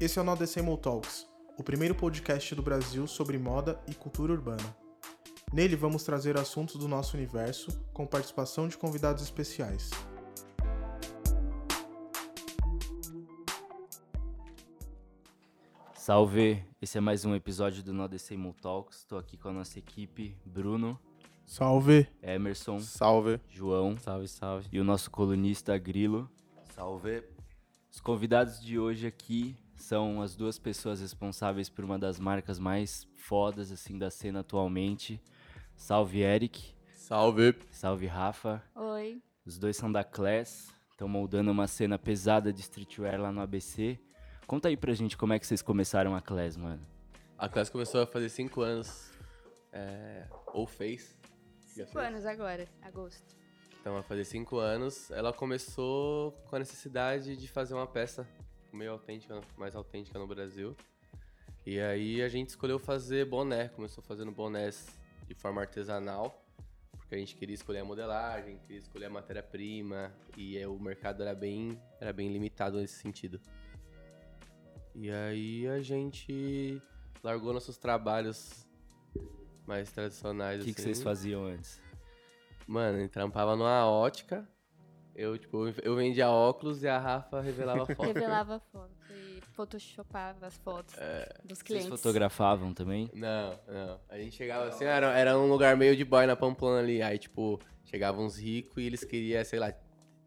Esse é o Nodecemol Talks, o primeiro podcast do Brasil sobre moda e cultura urbana. Nele vamos trazer assuntos do nosso universo com participação de convidados especiais. Salve! Esse é mais um episódio do Nodecemol Talks. Estou aqui com a nossa equipe, Bruno, Salve! Emerson, Salve. João Salve, salve. e o nosso colunista Grilo. Salve. Os convidados de hoje aqui são as duas pessoas responsáveis por uma das marcas mais fodas assim da cena atualmente. Salve Eric, Salve. salve Rafa. Oi. Os dois são da Class, estão moldando uma cena pesada de streetwear lá no ABC. Conta aí pra gente como é que vocês começaram a Class, mano. A classe começou a fazer 5 anos. é, ou fez. Já Cinco fez. anos agora, agosto. Então, a fazer 5 anos, ela começou com a necessidade de fazer uma peça meio autêntica, mais autêntica no Brasil. E aí a gente escolheu fazer boné, começou fazendo bonés de forma artesanal, porque a gente queria escolher a modelagem, queria escolher a matéria-prima, e eh, o mercado era bem, era bem limitado nesse sentido. E aí a gente largou nossos trabalhos mais tradicionais. O que, que assim. vocês faziam antes? Mano, ele trampava numa ótica. Eu, tipo, eu vendia óculos e a Rafa revelava foto. Revelava foto e photoshopava as fotos dos Vocês clientes. fotografavam também? Não, não. A gente chegava assim, era, era um lugar meio de boy na Pamplona ali. Aí, tipo, chegavam uns ricos e eles queriam, sei lá,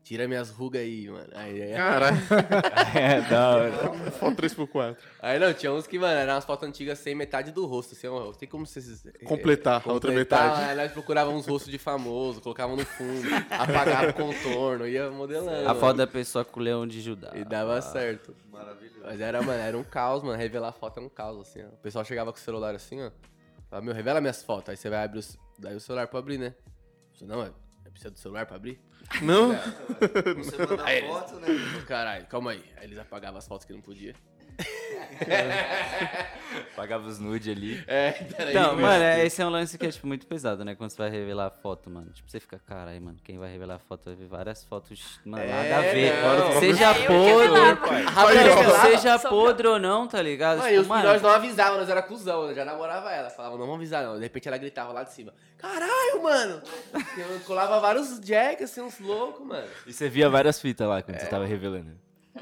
tira minhas rugas aí, mano. Aí, aí- Caralho, é, da hora. foto 3x4. aí não, tinha uns que, mano, eram umas fotos antigas sem metade do rosto, assim, ó, tem como vocês... eh, Completar a outra metade. Aí nós procurávamos uns rostos de famoso, colocavam no fundo, apagava o contorno, ia modelando. A foto da pessoa com o leão de Judá. E dava certo. Ah, Maravilhoso. Mas era, mano, era um caos, mano. Revelar foto é um caos, assim, ó. O pessoal chegava com o celular assim, ó. Falava, meu, revela minhas fotos. Aí você vai abrir o... Daí o celular pra abrir, né? Eu falei, não, é... é Precisa do celular pra abrir? "Ah, Não? Você manda Aí eles- foto, né? Eu, Caralho, calma aí. Aí eles apagavam as fotos que não podia. Pagava os nude ali. É, peraí. Então, mano, é- esse é um lance que é, tipo, muito pesado, né? Quando você vai revelar a foto, mano. Tipo, você fica, caralho, mano, quem vai revelar a foto vai ver várias fotos, mano, É, nada a ver. não. Seja É, eu que podre. revelava. Rapaz, Aí, ó. seja Só pra- podre ou não, tá ligado? Mano, e Tipo, os filhos não avisavam, nós era cuzão, né? já namorava ela. Falava, não vamos avisar não. De repente ela gritava lá de cima, caralho, mano! Eu colava vários jacks, assim, uns loucos, mano. E você via várias fitas lá quando você tava revelando.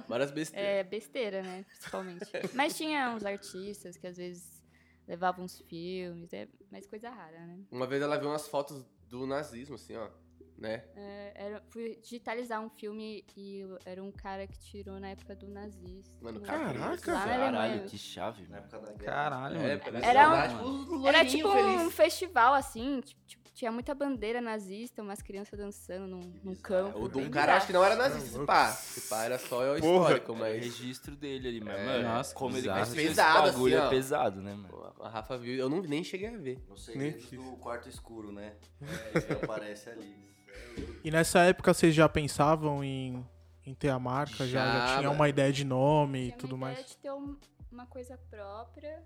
Várias besteiras. É besteira, né? Principalmente. Mas tinha uns artistas que às vezes levavam uns filmes, é mais coisa rara, né? Uma vez ela viu umas fotos do nazismo, assim, ó. Né? É, Era, fui digitalizar um filme e eu- era um cara que tirou na época do nazismo. Mano, Caraca, Lá na Caralho, Alemanha. que chave, mano. época da Caralho, É, mano. parece Era lá, um- tipo, os Era loirinhos tipo um felizes. festival, assim, tipo, tipo, tinha muita bandeira nazista, umas crianças dançando num, num campo. O bem do cara acho que não era nazista, Não, se pá. Se pá, era só o Porra. histórico, É o mas... registro dele ali, mas, É, mano, nossa, como ele bizarro. conseguiu esse Pesado, bagulho assim, é ó. pesado, né, mano? Pô, A Rafa viu, eu não, nem cheguei a ver. No Nem segredo quis. do quarto escuro, né? É, isso que aparece ali. E nessa época vocês já pensavam em, em ter a marca? Já, já Já, né? tinha mano. uma ideia de nome e Tinha tudo É uma mais? ideia de ter um- uma coisa própria.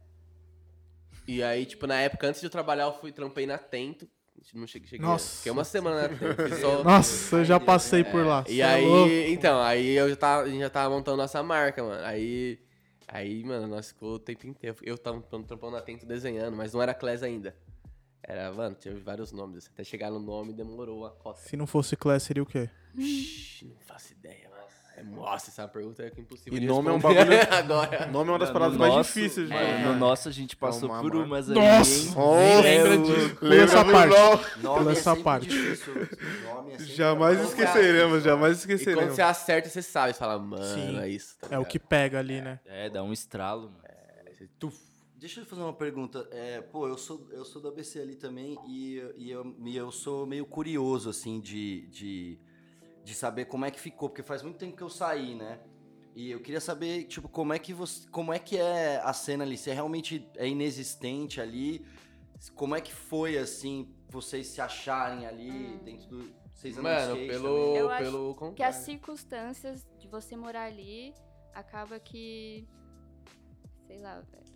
E aí, tipo, na época, antes de eu trabalhar, eu fui, trampei na Tento. Não cheguei, cheguei Nossa. Fiquei uma semana na Tento. fiz só- Nossa, eu já passei por lá. E Cê é louco. aí, então, aí eu já tava, a gente já tava montando nossa marca, mano. Aí, aí, mano, nós ficou o tempo inteiro. Eu tava tam- tampando atento desenhando, mas não era Class ainda. Era, mano, tinha vários nomes. assim, Até chegar no nome demorou a cota. Se não fosse Class, seria o quê? Shhh, não faço ideia, mano. É, Nossa, essa pergunta é que impossível. E de nome é um responder bagulho- agora. O nome é uma das No paradas mais nosso- difíceis, é, mano. No nosso a gente passou uma por marca. umas Nossa! ali, hein? Oh, É, lembra o- disso. Pulei essa Lembra parte. igual. Nome Pula é essa sempre parte. difícil. Nome é sempre Jamais complicado. esqueceremos, jamais E quando esqueceremos. você acerta, você sabe. Você fala, mano, Sim. é isso. tá É o ligado? que pega ali, né? É, dá um estralo, mano. Aí você, tuf. Deixa eu fazer uma pergunta. É, pô, eu sou, eu sou do ABC ali também e, e, eu, e eu sou meio curioso, assim, de, de, de saber como é que ficou, porque faz muito tempo que eu saí, né? E eu queria saber, tipo, como é que você. Como é que é a cena ali? Se é realmente é inexistente ali? Como é que foi, assim, vocês se acharem ali dentro do. Vocês andam de Mano, skate pelo, Eu acho pelo Porque as é contrário. assim. circunstâncias de você morar ali acaba que. Sei lá, velho.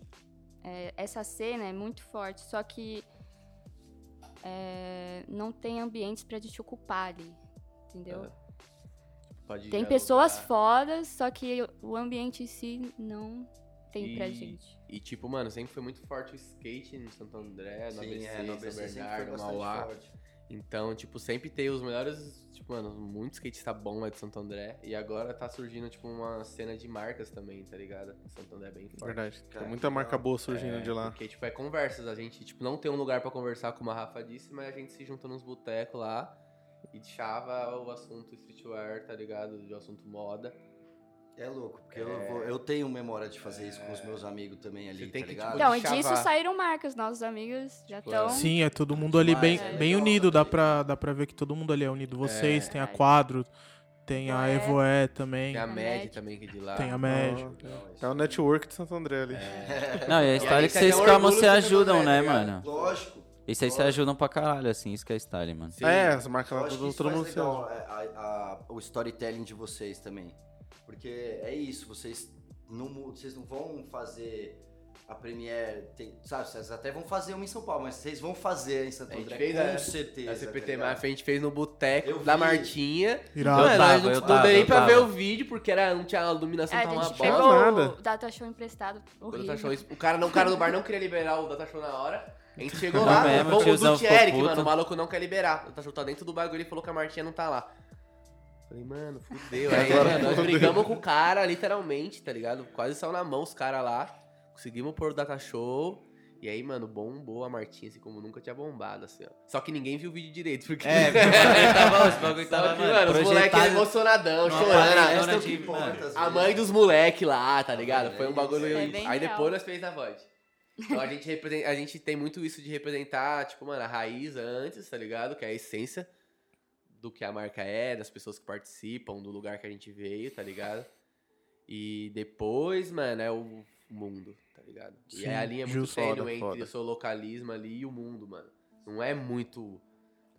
É, essa cena é muito forte, só que é, não tem ambientes pra gente ocupar ali. Entendeu? É. Tipo, Pode Tem dialogar. pessoas fodas, só que o ambiente em si não tem pra E- gente. E tipo, mano, sempre foi muito forte o skate em Santo André, no ABC, é, no ABC São sempre foi Bernardo, bastante Mauá. forte. Então, tipo, sempre tem os melhores, tipo, mano, muito skatista bom lá de Santo André. E agora tá surgindo, tipo, uma cena de marcas também, tá ligado? Santo André é bem forte. Verdade. Cara, Tem muita que marca legal. boa surgindo de lá. Porque, tipo, é conversas. A gente, tipo, não tem um lugar pra conversar, como a Rafa disse, mas a gente se junta nos botecos lá e chava o assunto streetwear, tá ligado? De assunto moda. É louco, porque eu, vou- eu tenho memória de fazer isso com os meus amigos também ali, Você tem tá que, ligado? tipo, Então, e deixava- disso saíram marcas. Nossos amigos Tipo, já estão. Sim, é todo mundo ali bem, Mas é bem legal, unido, né, dá também. pra, dá pra ver que todo mundo ali é unido. Vocês, tem a verdade. Quadro, tem a É. Evoé também, Tem a A Mad Mad. também, que é de lá. tem a Média. Não, isso- É o network de Santo André ali. Não, e a história é aí que você vocês tem calmam, orgulho se de Santo ajudam, André, né, tá ligado? mano? Lógico. Isso aí se ajudam pra caralho, assim, isso que é style, mano. Sim. É, as marcas Eu lá, acho que todo, isso todo faz mundo se ajuda. legal é, a- a- o storytelling de vocês também. Porque é isso, vocês não, mu- vocês não vão fazer a Premiere, tem- sabe? Vocês até vão fazer uma em São Paulo, mas vocês vão fazer em Santo A gente André, fez com a- certeza. A CPT tá ligado? Mafia a gente fez no Eu boteco vi. da Martinha. Irado. Mano, Eu tava, a gente eu não tava, deu nem eu pra tava. ver o vídeo, porque era, não tinha a iluminação, É, a tava uma gente bosta. pegou nada. o data show emprestado. O Horrível. Data Show, o cara, não, o cara do bar não queria liberar o Data Show na hora. A gente chegou Não lá, mesmo, o, o tiozão do ficou Thierry, puto. mano, o maluco não quer liberar. O Data Show tá dentro do bagulho e falou que a Martinha não tá lá. Falei, mano, fudeu. É, Aí, Agora mano, nós fudeu. brigamos com o cara, literalmente, tá ligado? Quase saiu na mão os caras lá. Conseguimos pôr o Data Show. E aí, mano, bombou a Martinha, assim, como nunca tinha bombado, assim, ó. Só que ninguém viu o vídeo direito, porque... É, porque o bagulho tava, os bagulho Só tava, que, mano, os moleques projetado emocionadão, numa chorando. né? panelona a- de- mano. Quantas a vezes? mãe dos moleque lá, tá ligado? Foi um bagulho. É aí bem aí real. depois nós fez a voz. Então a gente, represen- a gente tem muito isso de representar, tipo, mano, a raiz antes, tá ligado? Que é a essência do que a marca é, das pessoas que participam, do lugar que a gente veio, tá ligado? E depois, mano, é o mundo, tá ligado? e Sim, é a linha muito justo. tênue Foda, entre foda. o seu localismo ali e o mundo, mano. Não é muito.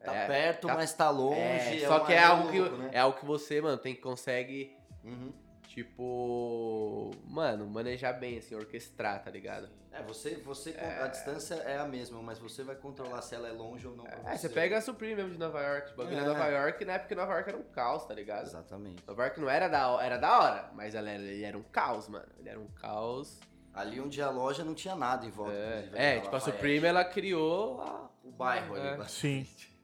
Tá é- perto, tá- mas tá longe. é, é só uma- que é algo que, louco, né? é algo que você, mano, tem que consegue Uhum. Tipo, mano, manejar bem, assim, orquestrar, tá ligado? É, você, você a distância é a mesma, mas você vai controlar se ela é longe ou não pra É, você pega a Supreme mesmo de Nova York. O bagulho é. É. Nova York, na época Nova York era um caos, tá ligado? Exatamente. Nova York não era da, ho- era da hora, mas ela era, ele era um caos, mano. Ele era um caos. Ali onde a loja não tinha nada em volta. inclusive, É, aquela tipo, a Lafayette. Supreme ela criou a- O bairro ali. É. tá basicamente.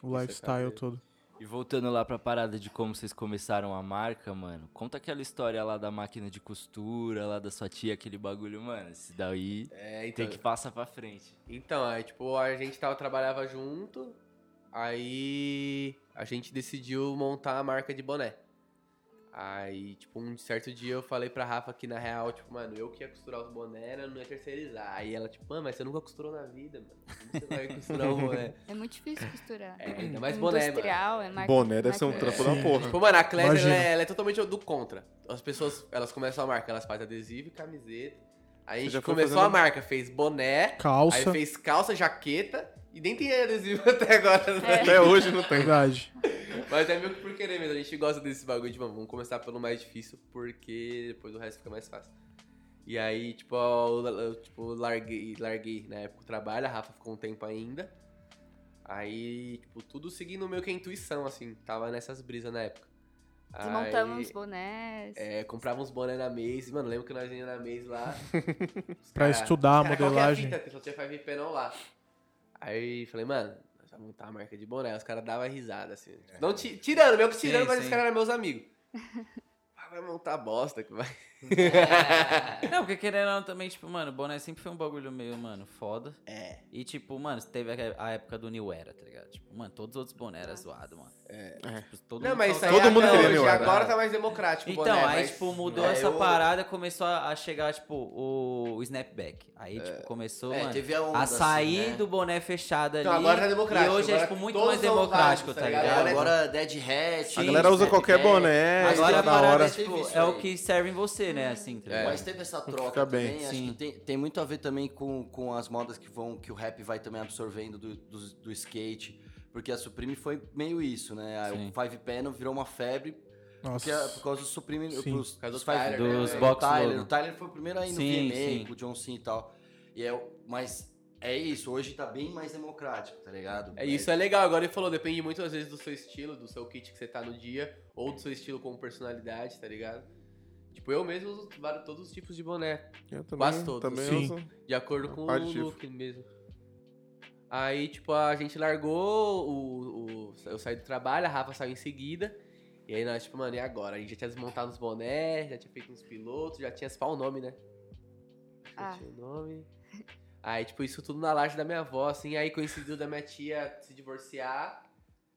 Sim. O lifestyle todo. E voltando lá pra parada de como vocês começaram a marca, mano, conta aquela história lá da máquina de costura, lá da sua tia, aquele bagulho, mano. Esse daí É, então, tem que passar pra frente. Então, aí, tipo, a gente tava, trabalhava junto, aí a gente decidiu montar a marca de boné. Aí, tipo, um certo dia eu falei pra Rafa que, na real, tipo, mano, eu que ia costurar os boné, eu não ia terceirizar. Aí ela, tipo, mano, mas você nunca costurou na vida, mano. Como você vai costurar o boné? É muito difícil costurar. É, ainda mais boné, mano. Industrial, é marca. Boné deve ser um máquina- trampo da Sim. porra. Tipo, mano, a Claire, ela, Imagina. é- ela é totalmente do contra. As pessoas, elas começam a marca, elas fazem adesivo e camiseta. Aí a já gente foi começou fazendo- a marca, fez boné, aí Calça, fez calça, jaqueta, e nem tem adesivo até agora, É. né? Até hoje não tem. é verdade. Mas é meio que por querer mesmo, a gente gosta desse bagulho de, mano, vamos começar pelo mais difícil, porque depois o resto fica mais fácil. E aí, tipo, eu, eu, tipo, larguei, larguei na época o trabalho, a Rafa ficou um tempo ainda. Aí, tipo, tudo seguindo meio que a intuição, assim, tava nessas brisas na época. E montamos Aí, bonés. é, comprava uns boné na Maze, mano, lembro que nós íamos na Maze lá. Os Pra cara- estudar a cara, qual que é modelagem. fita? Que só tinha 5 não lá. Aí falei, mano, nós vamos montar a marca de boné. Os caras davam risada, assim. Não ti- tirando, meu que tirando, Sim, mas sim. os caras eram meus amigos. Ah, vai montar bosta que vai. Não, porque querendo ou não também, tipo, mano, boné sempre foi um bagulho meio, mano, foda. É. E tipo, mano, teve a a época do New Era, tá ligado? Tipo, mano, todos os outros bonés eram Nossa. zoados, mano. É. Tipo, todo Não, mundo mas isso só aí é usava Todo mundo até boné. queria hoje, New Era. Agora tá mais democrático o Então, boné, aí, mas- tipo, mudou É, essa eu- parada, começou a a chegar, tipo, o, o snapback. Aí, tipo, começou, É, mano, teve a onda. a sair assim, né? do boné fechado ali. Então, agora tá democrático, E hoje é, agora tipo, muito todos mais são usados, democrático, tá tá É, ligado? ligado? agora Dead Hat. A galera usa Snapback. qualquer boné, Mas isso Agora é a da parada hora. é, Teve tipo, isso é aí. o que serve em você, né? Assim, tá É. ligado? Mas teve essa troca Fica bem. também, acho Sim. que tem, tem muito a ver também com, com as modas que vão, que o rap vai também absorvendo do, do, do skate, porque a Supreme foi meio isso, né? Aí Sim. O Five Panel virou uma febre porque ah, a- por Nossa. causa do Supreme, Sim. pros, Por causa do dos Five Tyler, Panel, dos né? box o Tyler, logo. o Tyler foi o primeiro aí no Sim, VMA, sim. com o John Cena e tal. E é, o- mas é é isso, hoje tá bem mais democrático, tá ligado? É isso, é legal. Agora ele falou, depende muito às vezes do seu estilo, do seu kit que você tá no dia, ou do seu estilo como personalidade, tá ligado? Tipo, eu mesmo uso vários, todos os tipos de boné, Eu também, Quase todos. Também Sim. uso. de acordo com o Comparativo. look mesmo. Aí, tipo, a gente largou, o, o- eu saí do trabalho, a Rafa saiu em seguida. E aí nós, tipo, mano, e agora? A gente já tinha desmontado os bonés, já tinha feito uns pilotos, já tinha só o nome, né? Já Ah. tinha o nome. Aí, tipo, isso tudo na laje da minha avó, assim. Aí coincidiu da minha tia se divorciar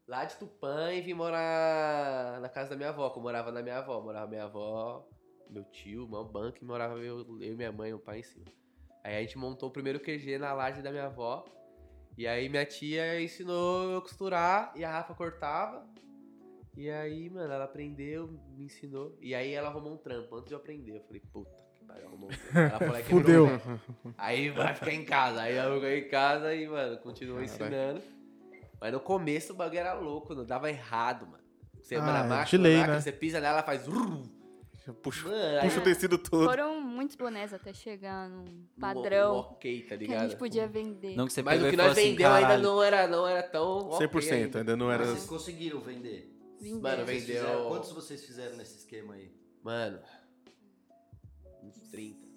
lá de Tupã e vim morar na casa da minha avó, que eu morava na minha avó. Morava minha avó, meu tio, meu banco, e morava eu, eu e minha mãe, meu pai em cima. Aí a gente montou o primeiro QG na laje da minha avó. E aí minha tia ensinou eu a costurar e a Rafa cortava. E aí, mano, ela aprendeu, me ensinou. E aí ela arrumou um trampo antes de eu aprender. Eu falei, puta que pariu, arrumou um trampo. Ela falou, "É, quebrou Fudeu. um Aí vai ficar em casa. Aí eu fiquei em casa e, mano, continuou ensinando. Mas no começo o bagulho era louco, não dava errado, mano. Você Ah, manda é, na máquina, delay, na máquina, né? você pisa nela, ela faz. Mano, Puxa, aí puxa o tecido todo. Foram muitos bonés até chegar num um- um padrão ok, tá que a ligado? gente podia vender. Não que você Mas pegou o e que falou nós assim, vendeu ainda "Caralho". não era, não era tão. ok 100%, ainda. ainda não era... Vocês conseguiram vender. Vendeu. Mano, Vocês vendeu- fizeram- Quantos vocês fizeram nesse esquema aí? Mano. Uns 30.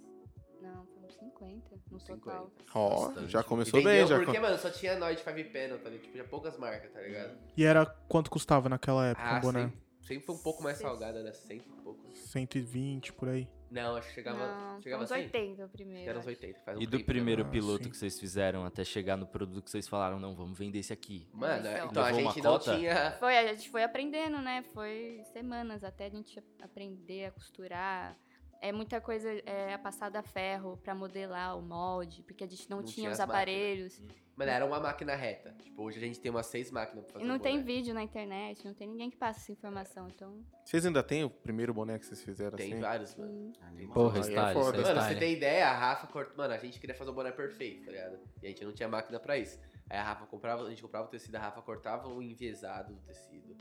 Não, foram 50 no Uns total. 50. Ó, Bastante. já E começou vendeu bem, já... porque, co- mano, só tinha nós de Five Panel, tá ligado? Tipo, tinha poucas marcas, tá ligado? E era quanto custava naquela É, época um Ah, né? boné? sempre, sempre foi um pouco mais salgada, era sempre um pouco. 120 por aí. Não, acho que chegava. Não, chegava uns 100. 80 o primeiro. Era uns acho. 80. Faz um E do tempo, né? primeiro Ah, piloto sim. que vocês fizeram até chegar no produto que vocês falaram, não, vamos vender esse aqui. Mano, Então. então, a Levou uma gente não cota? tinha. Foi, a gente foi aprendendo, né? Foi semanas até a gente aprender a costurar. É muita coisa é, a passada a ferro pra modelar o molde, porque a gente não, Não tinha, tinha os as máquinas. aparelhos. Mano, era uma máquina reta. Tipo, hoje a gente tem umas seis máquinas pra fazer. E não um tem boné. vídeo na internet, não tem ninguém que passa essa informação. Então, Vocês ainda têm o primeiro boné que vocês fizeram Tem assim? vários, mano. sim. Porra, Aí é style, isso foda. é Mano, style. você tem ideia, a Rafa cortou. Mano, a gente queria fazer um boné perfeito, tá ligado? E a gente não tinha máquina pra isso. Aí a Rafa comprava, a gente comprava o tecido, a Rafa cortava o enviesado do tecido.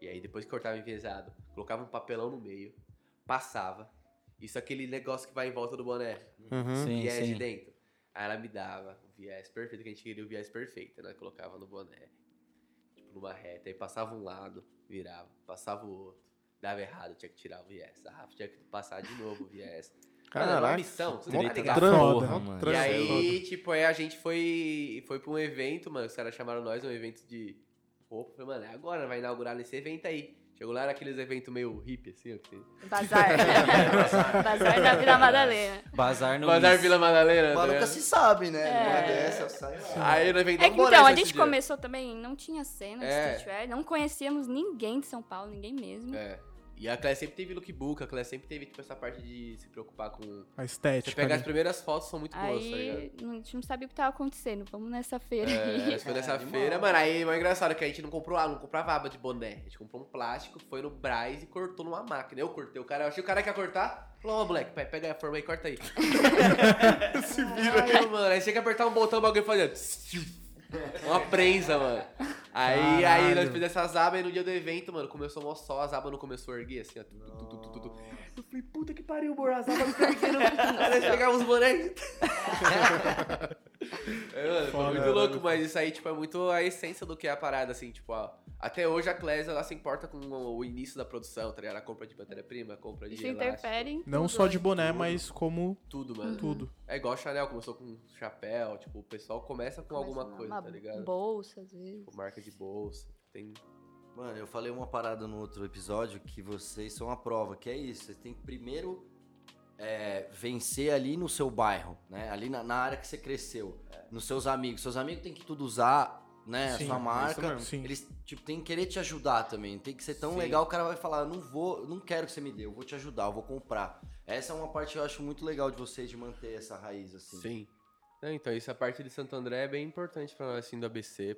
E aí depois que cortava o enviesado, colocava um papelão no meio, passava. Isso é aquele negócio que vai em volta do boné. Uhum. Sim, viés de sim. dentro. Aí ela me dava o viés perfeito, que a gente queria o viés perfeito. Ela colocava no boné, tipo numa reta, aí passava um lado, virava, passava o outro. Dava errado, tinha que tirar o viés. A Rafa tinha que passar de novo o viés. Mano, era é uma Caraca. missão, você não tá Direito ligado? da Trampo, porra, né? mano. E Trampo. Trans- é aí, tipo, aí a gente foi, foi pra um evento, mano. Os caras chamaram nós, um evento de roupa. Falei, mano, é agora, vai inaugurar nesse evento aí. Chegou lá, era aqueles eventos meio hippie, assim, ó. que- Bazar. Bazar da Vila Madalena. Bazar no Bazar Is. é Vila Madalena. Mas tá nunca ligado? se sabe, né? Numa assim, É. dessa, sai lá. Aí no evento É que vamos então, nessa a esse gente dia. começou também, não tinha cena de É. streetwear, não conhecíamos ninguém de São Paulo, ninguém mesmo. É. E a Claire sempre teve lookbook, a Claire sempre teve, tipo, essa parte de se preocupar com. A Você estética. pega as ali. primeiras fotos, são muito boas, tá ligado? Aí não- a gente não sabia o que tava acontecendo, vamos nessa feira É, aí. acho que foi dessa Caralho, feira, mano. mano. Aí é mais engraçado que a gente não comprou ah, não comprava aba de boné. A gente comprou um plástico, foi no Braz e cortou numa máquina. Eu cortei o cara, eu achei que o cara que ia cortar. Falou, ó, moleque, pai, pega a forma aí, corta aí. Se vira aí, mano. Aí chega a apertar um botão, o bagulho fazia. tss, Uma prensa, mano. Aí, aí Caralho. nós fizemos essas abas e no dia do evento, mano, começou mó sol, as abas não começou a erguer, assim, ó. tu, tu, tu, tu, tu, tu. Eu falei, puta que pariu, mano, as abas não tá estão erguendo. Aí nós pegamos os bonés. É, mano, foi Foda, muito né, louco, mano? mas isso aí, tipo, é muito a essência do que é a parada, assim, tipo, ó, até hoje a Clésia, ela se importa com o o início da produção, tá ligado? A compra de matéria-prima, a compra de Isso elástico, interfere em Não tudo, só de né? boné, mas como tudo, mano. tudo. É igual a Chanel, começou com chapéu, tipo, o pessoal começa com Começa alguma uma- coisa, uma tá ligado? Bolsa, às vezes. Tipo, marca de bolsa, tem... Mano, eu falei uma parada no outro episódio que vocês são a prova, que é isso. Você tem que primeiro é, vencer ali no seu bairro, né? Ali na, na área que você cresceu, É. nos seus amigos. Seus amigos têm que tudo usar, né? Sim, é a sua isso marca. mesmo. Sim. Eles, tipo, têm que querer te ajudar também. Tem que ser tão Sim. legal, o cara vai falar, eu não vou, eu não quero que você me dê, eu vou te ajudar, eu vou comprar. Essa é uma parte que eu acho muito legal de vocês, de manter essa raiz, assim. Sim. Não, então, isso a parte de Santo André é bem importante pra nós, assim, do ABC.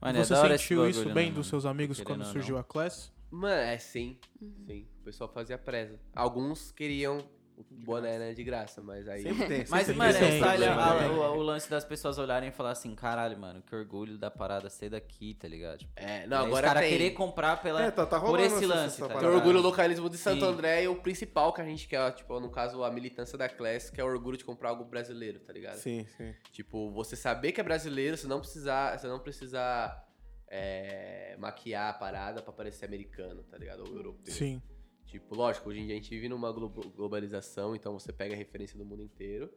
Mano, é Você da hora esse sentiu isso bagulho, bem né, dos mano? seus amigos Querendo quando ou surgiu a classe? Mano, é sim, sim. O pessoal fazia presa. Alguns queriam o boné, né? De graça, mas aí. Sempre tem. Mas, sempre mano, tem é um só olha- problema, a- né? o, o lance das pessoas olharem e falar assim, caralho, mano, que orgulho da parada ser daqui, tá ligado? Tipo, É, e não, aí agora os caras tem. querer comprar pela. É, tá, tá por rolando esse essa- lance, essa tá Tem parada. o orgulho localismo de Santo Sim. André e o principal que a gente quer, tipo, no caso, a militância da classe, que é o orgulho de comprar algo brasileiro, tá ligado? Sim, sim. Tipo, você saber que é brasileiro, você não precisar, você não precisar é, maquiar a parada pra parecer americano, tá ligado? Ou europeu. Sim. Tipo, lógico, hoje em dia a gente vive numa glo- globalização, então você pega a referência do mundo inteiro.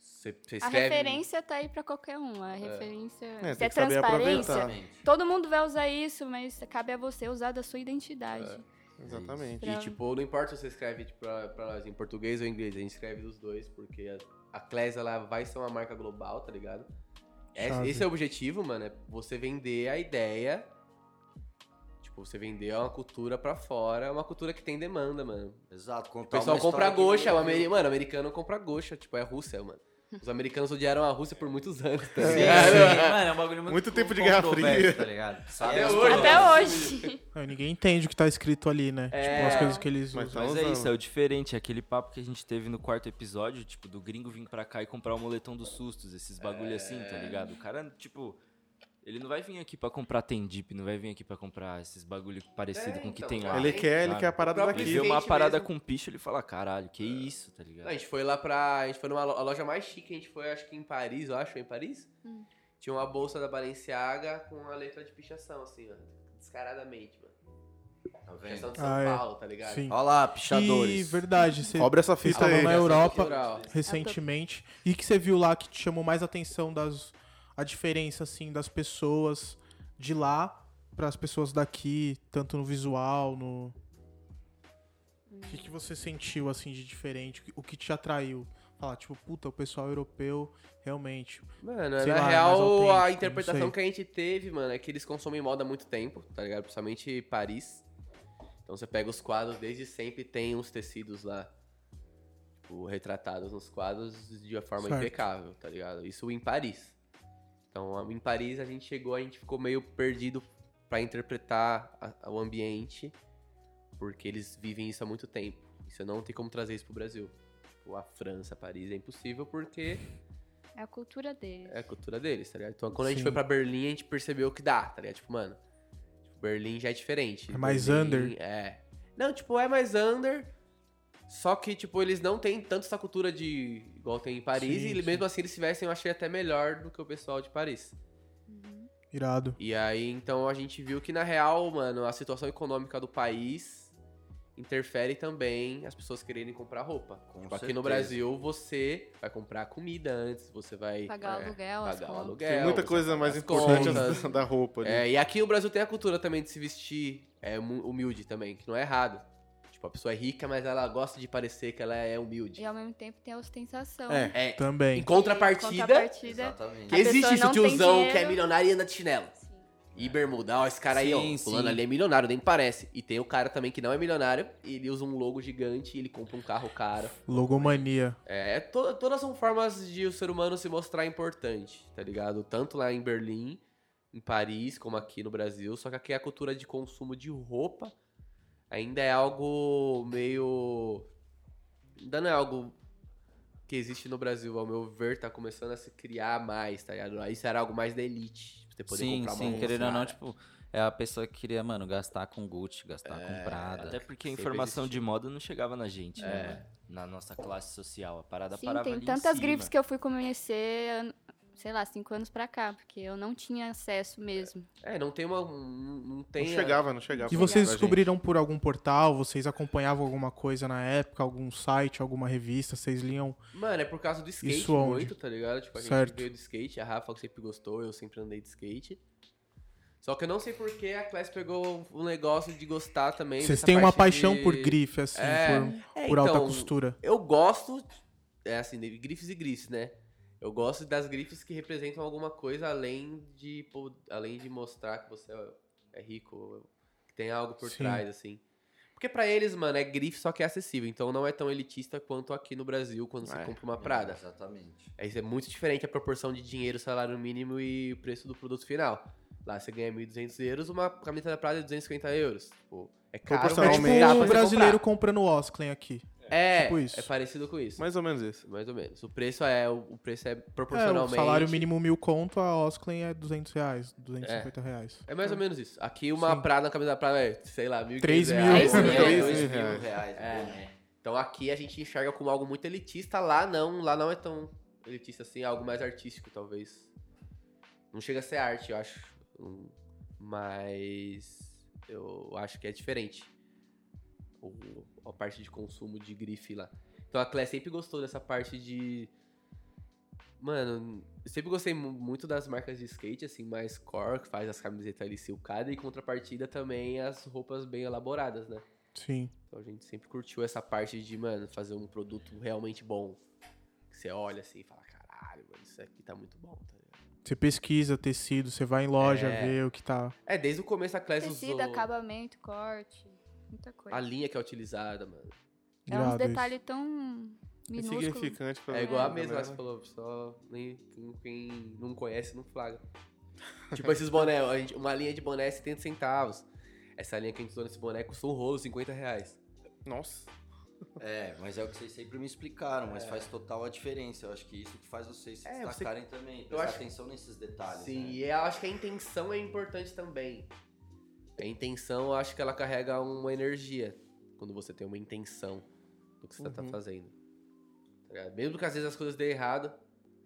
Você, você A escreve. um É. referência tá aí pra qualquer um. A referência. tem Se é que saber transparência, aproveitar. todo mundo vai usar isso, mas cabe a você usar da sua identidade. Exatamente. Pra- E, tipo, não importa se você escreve tipo, pra, pra nós em português ou em inglês, a gente escreve dos dois, porque a, a Class, ela vai ser uma marca global, tá ligado? É- Chave. esse é o objetivo, mano, é você vender a ideia, tipo, você vender uma cultura pra fora, uma cultura que tem demanda, mano. Exato, O contar pessoal uma compra é história que goxa, o ninguém ameri viu. mano, o americano compra goxa, tipo, é a Rússia, mano. Os americanos odiaram a Rússia por muitos anos, tá Sim, ligado? sim, mano, é um bagulho muito. Muito tempo de controverso, Guerra Fria. Tá ligado? Sabe Até as hoje. paradas. Até hoje. Não, e ninguém entende o que tá escrito ali, né? Tipo, as coisas que eles É, Mas usam. tá Mas é usando. isso, é o diferente, é aquele papo que a gente teve no quarto episódio, tipo, do gringo vir pra cá e comprar o moletom dos sustos, esses bagulho assim, tá ligado? O cara, tipo, ele não vai vir aqui pra comprar tendip, não vai vir aqui pra comprar esses bagulho parecido É, com o que então, tem lá. cara. Ele quer, ele sabe? quer a parada O tá. Ele próprio daqui. vê uma Skate parada mesmo. com picho, ele fala, caralho, que isso, tá ligado? Não, a gente foi lá pra. A gente foi numa lo- a loja mais chique, a gente foi, acho que em Paris, eu acho, em Paris. Tinha uma bolsa da Balenciaga com a letra de pichação, assim, ó. Descaradamente, mano. Tá vendo? Pichação de São Ah, é. Paulo, tá ligado? Sim. Olha lá, E pichadores. verdade, você Cobra essa é fita estava aí. na Europa Cultural. recentemente. E que você viu lá que te chamou mais atenção das a diferença assim das pessoas de lá para as pessoas daqui, tanto no visual, no o que, que você sentiu assim de diferente? O que te atraiu? Falar, tipo, puta, o pessoal europeu realmente. Mano, Sei na lá, mais real, autêntico, não a interpretação sei. que a gente teve, mano, é que eles consomem moda há muito tempo, tá ligado? Principalmente Paris. Então você pega os quadros, desde sempre tem uns tecidos lá, tipo, retratados nos quadros de uma forma Certo. impecável, tá ligado? Isso em Paris. Então, a- em Paris a gente chegou, a gente ficou meio perdido pra interpretar a- o ambiente, porque eles vivem isso há muito tempo. Isso não tem como trazer isso pro Brasil. Tipo, a França, Paris é impossível porque É a cultura dele. é a cultura deles, tá ligado? Então quando a gente Sim. foi pra Berlim, a gente percebeu que dá, tá ligado? Tipo, mano, tipo, Berlim já é diferente. É mais Berlim under. É. Não, tipo, é mais under. Só que, tipo, eles não têm tanto essa cultura de. igual tem em Paris. Sim, e sim. mesmo assim eles tivessem, eu achei até melhor do que o pessoal de Paris. Irado. E aí, então, a gente viu que, na real, mano, a situação econômica do país interfere também as pessoas quererem comprar roupa. Com Tipo, aqui no certeza. Brasil, você vai comprar comida antes, você vai Pagar o é, aluguel, as pagar o contas. aluguel. Tem muita você coisa vai mais pagar as importante contas. da- da roupa ali. É, e aqui no Brasil tem a cultura também de se vestir é, mu- humilde também, que não é errado. Tipo, a pessoa é rica, mas ela gosta de parecer que ela é humilde. E ao mesmo tempo tem a ostentação. É. É, em Também. Em contrapartida, contrapartida, Exatamente. que A pessoa existe esse não tem tiozão dinheiro. que é milionário e anda de chinelo. E bermuda, ó, esse cara aí, É. Sim, ó, sim. fulano ali é milionário, nem parece. E tem o cara também que não é milionário, e ele usa um logo gigante, e ele compra um carro caro. Logomania. É, to- todas são formas de o ser humano se mostrar importante, tá ligado? Tanto lá em Berlim, em Paris, como aqui no Brasil. Só que aqui a cultura de consumo de roupa ainda é algo meio. Ainda não é algo que existe no Brasil, ao meu ver, tá começando a se criar mais, tá ligado? Isso era algo mais da elite. tipo, Você poder Sim, comprar uma sim, roupa querendo ou não, cara. tipo, é a pessoa que queria, mano, gastar com Gucci, gastar É. com Prada. Até porque a Sempre informação existiu. de moda não chegava na gente, né, mano? Na nossa classe social. A parada Sim, parava tem ali em tantas cima. grifes que eu fui conhecer, an- sei lá, cinco anos pra cá, porque eu não tinha acesso mesmo. É, não tem uma. um- Não tem. Não a- chegava, não chegava. E pra vocês gente. descobriram por algum portal? Vocês acompanhavam alguma coisa na época? Algum site, alguma revista? Vocês liam? Mano, é por causa do skate Isso onde? muito, tá ligado? Tipo, a Certo. gente veio do skate, a Rafa que sempre gostou, eu sempre andei de skate. Só que eu não sei porque a Class pegou um negócio de gostar também. Vocês dessa têm uma parte paixão de- por grife, assim, É, por, É, por alta então, costura. Eu gosto, é assim, de grifes e grifes, né? Eu gosto das grifes que representam alguma coisa além de, po- além de mostrar que você é rico, que tem algo por Sim. trás, assim. Porque pra eles, mano, é grife, só que é acessível. Então não é tão elitista quanto aqui no Brasil, quando você É. compra uma Prada. Exatamente. É, isso é muito diferente a proporção de dinheiro, salário mínimo e o preço do produto final. Lá você ganha 1.200 euros, uma camiseta da Prada é 250 euros. Tipo, é caro, mas É Proporcionalmente. dá pra tipo o você brasileiro comprar. comprando o Osclen aqui. É, É, Tipo isso. é parecido com isso. Mais ou menos isso. Mais ou menos. O preço é, o o preço é É, o proporcionalmente. salário mínimo mil conto, a Osclen é 200 reais, 250 reais. É mais ou menos isso. Aqui uma Sim. prada na camisa da prada é, sei lá, mil Três mil. Aí, Três olha, mil dois mil reais. reais. né? É. boné. Então aqui a gente enxerga como algo muito elitista, lá não, lá não é tão elitista assim, é algo mais artístico talvez. Não chega a ser arte, eu acho. Hum, Mas eu acho que é diferente. O- a parte de consumo de grife lá. Então a Clé sempre gostou dessa parte de. Mano, eu sempre gostei mu- muito das marcas de skate, assim, mais core, que faz as camisetas ali silcadas, e contrapartida também as roupas bem elaboradas, né? Sim. Então a gente sempre curtiu essa parte de, mano, fazer um produto realmente bom. Que você olha assim e fala, caralho, mano, isso aqui tá muito bom, tá ligado? Você pesquisa tecido, você vai em loja É. ver o que tá. É, desde o começo a Class usou Tecido, acabamento, corte, muita coisa. a linha que é utilizada, mano. é uns irado isso. detalhes tão minúsculos. Insignificante pra É igual a pra mesma, galera. você falou, só nem, quem, quem não conhece não flaga. tipo esses boné, a gente- uma linha de boné é 70 centavos. Essa linha que a gente usou nesse boné custou um rolo, 50 reais. Nossa. É, mas é o que vocês sempre me explicaram, mas faz total a diferença. Eu acho que isso que faz vocês se É, você- destacarem também. Prestar acho- atenção nesses detalhes. Sim, né? e eu acho que a intenção é importante também. A intenção, eu acho que ela carrega uma energia. Quando você tem uma intenção do que você tá Uhum. fazendo. Tá ligado? Mesmo que às vezes as coisas dêem errado,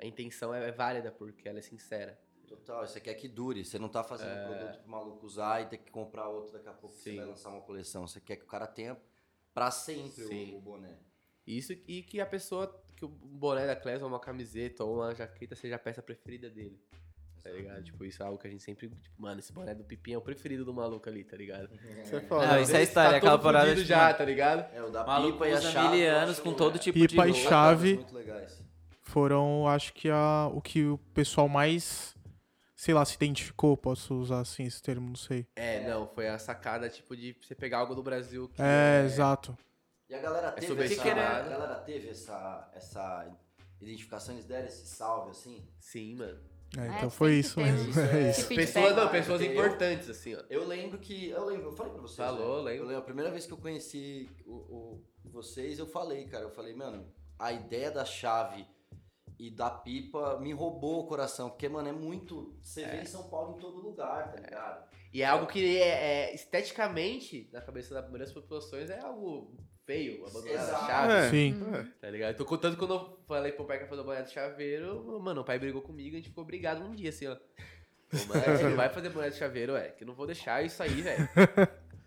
a intenção é, é válida porque ela é sincera. Total, você quer que dure. Você não tá fazendo um produto pro maluco usar e ter que comprar outro daqui a pouco que você Sim. vai lançar uma coleção. Você quer que o cara tenha pra sempre o- Sim. o boné. Isso e que a pessoa, que o boné da Class ou uma camiseta ou uma jaqueta seja a peça preferida dele. Tá ligado? Tipo, isso é algo que a gente sempre. Tipo, mano, esse boné do Pipinha é o preferido do maluco ali, tá ligado? Você Não, fala. isso é história, Tá todo aquela parada, fudido tipo, já, tá ligado? É, o da Maluco pipa e a usa chave. mil eu anos acho com que- todo tipo Pipa de e roupa. chá- Chave. Muito legais. Foram, acho que a, o que o pessoal mais, sei lá, se identificou, posso usar assim esse termo, não sei. É, não, foi a sacada, tipo, de você pegar algo do Brasil que É, exato. E a galera teve, essa, subestimado. a galera teve essa, essa identificação, eles deram esse salve, assim. Sim, mano. É, É, então foi tem isso que ter mesmo. isso, É é. isso. Feedback. Pessoas, não, pessoas Eu- importantes, assim, ó. tá Eu lembro que. Eu lembro, eu falei pra vocês. é. Falou, né? lembro. Eu lembro, a primeira vez que eu conheci o, o- vocês, eu falei, cara. Eu falei, mano, a ideia da chave e da pipa me roubou o coração. Porque, mano, é muito. Você vê em São Paulo em todo lugar, tá ligado? E é algo que é, é, esteticamente, na cabeça das primeiras populações, é algo feio, abandonar a Exato. chave, É. Sim. tá ligado? Tô contando quando eu falei pro pai que ia fazer o boné do chaveiro, mano, o pai brigou comigo, a gente ficou brigado um dia, assim, ó. Pô, mano, você não vai fazer boné do chaveiro, é, que eu não vou deixar isso aí, velho.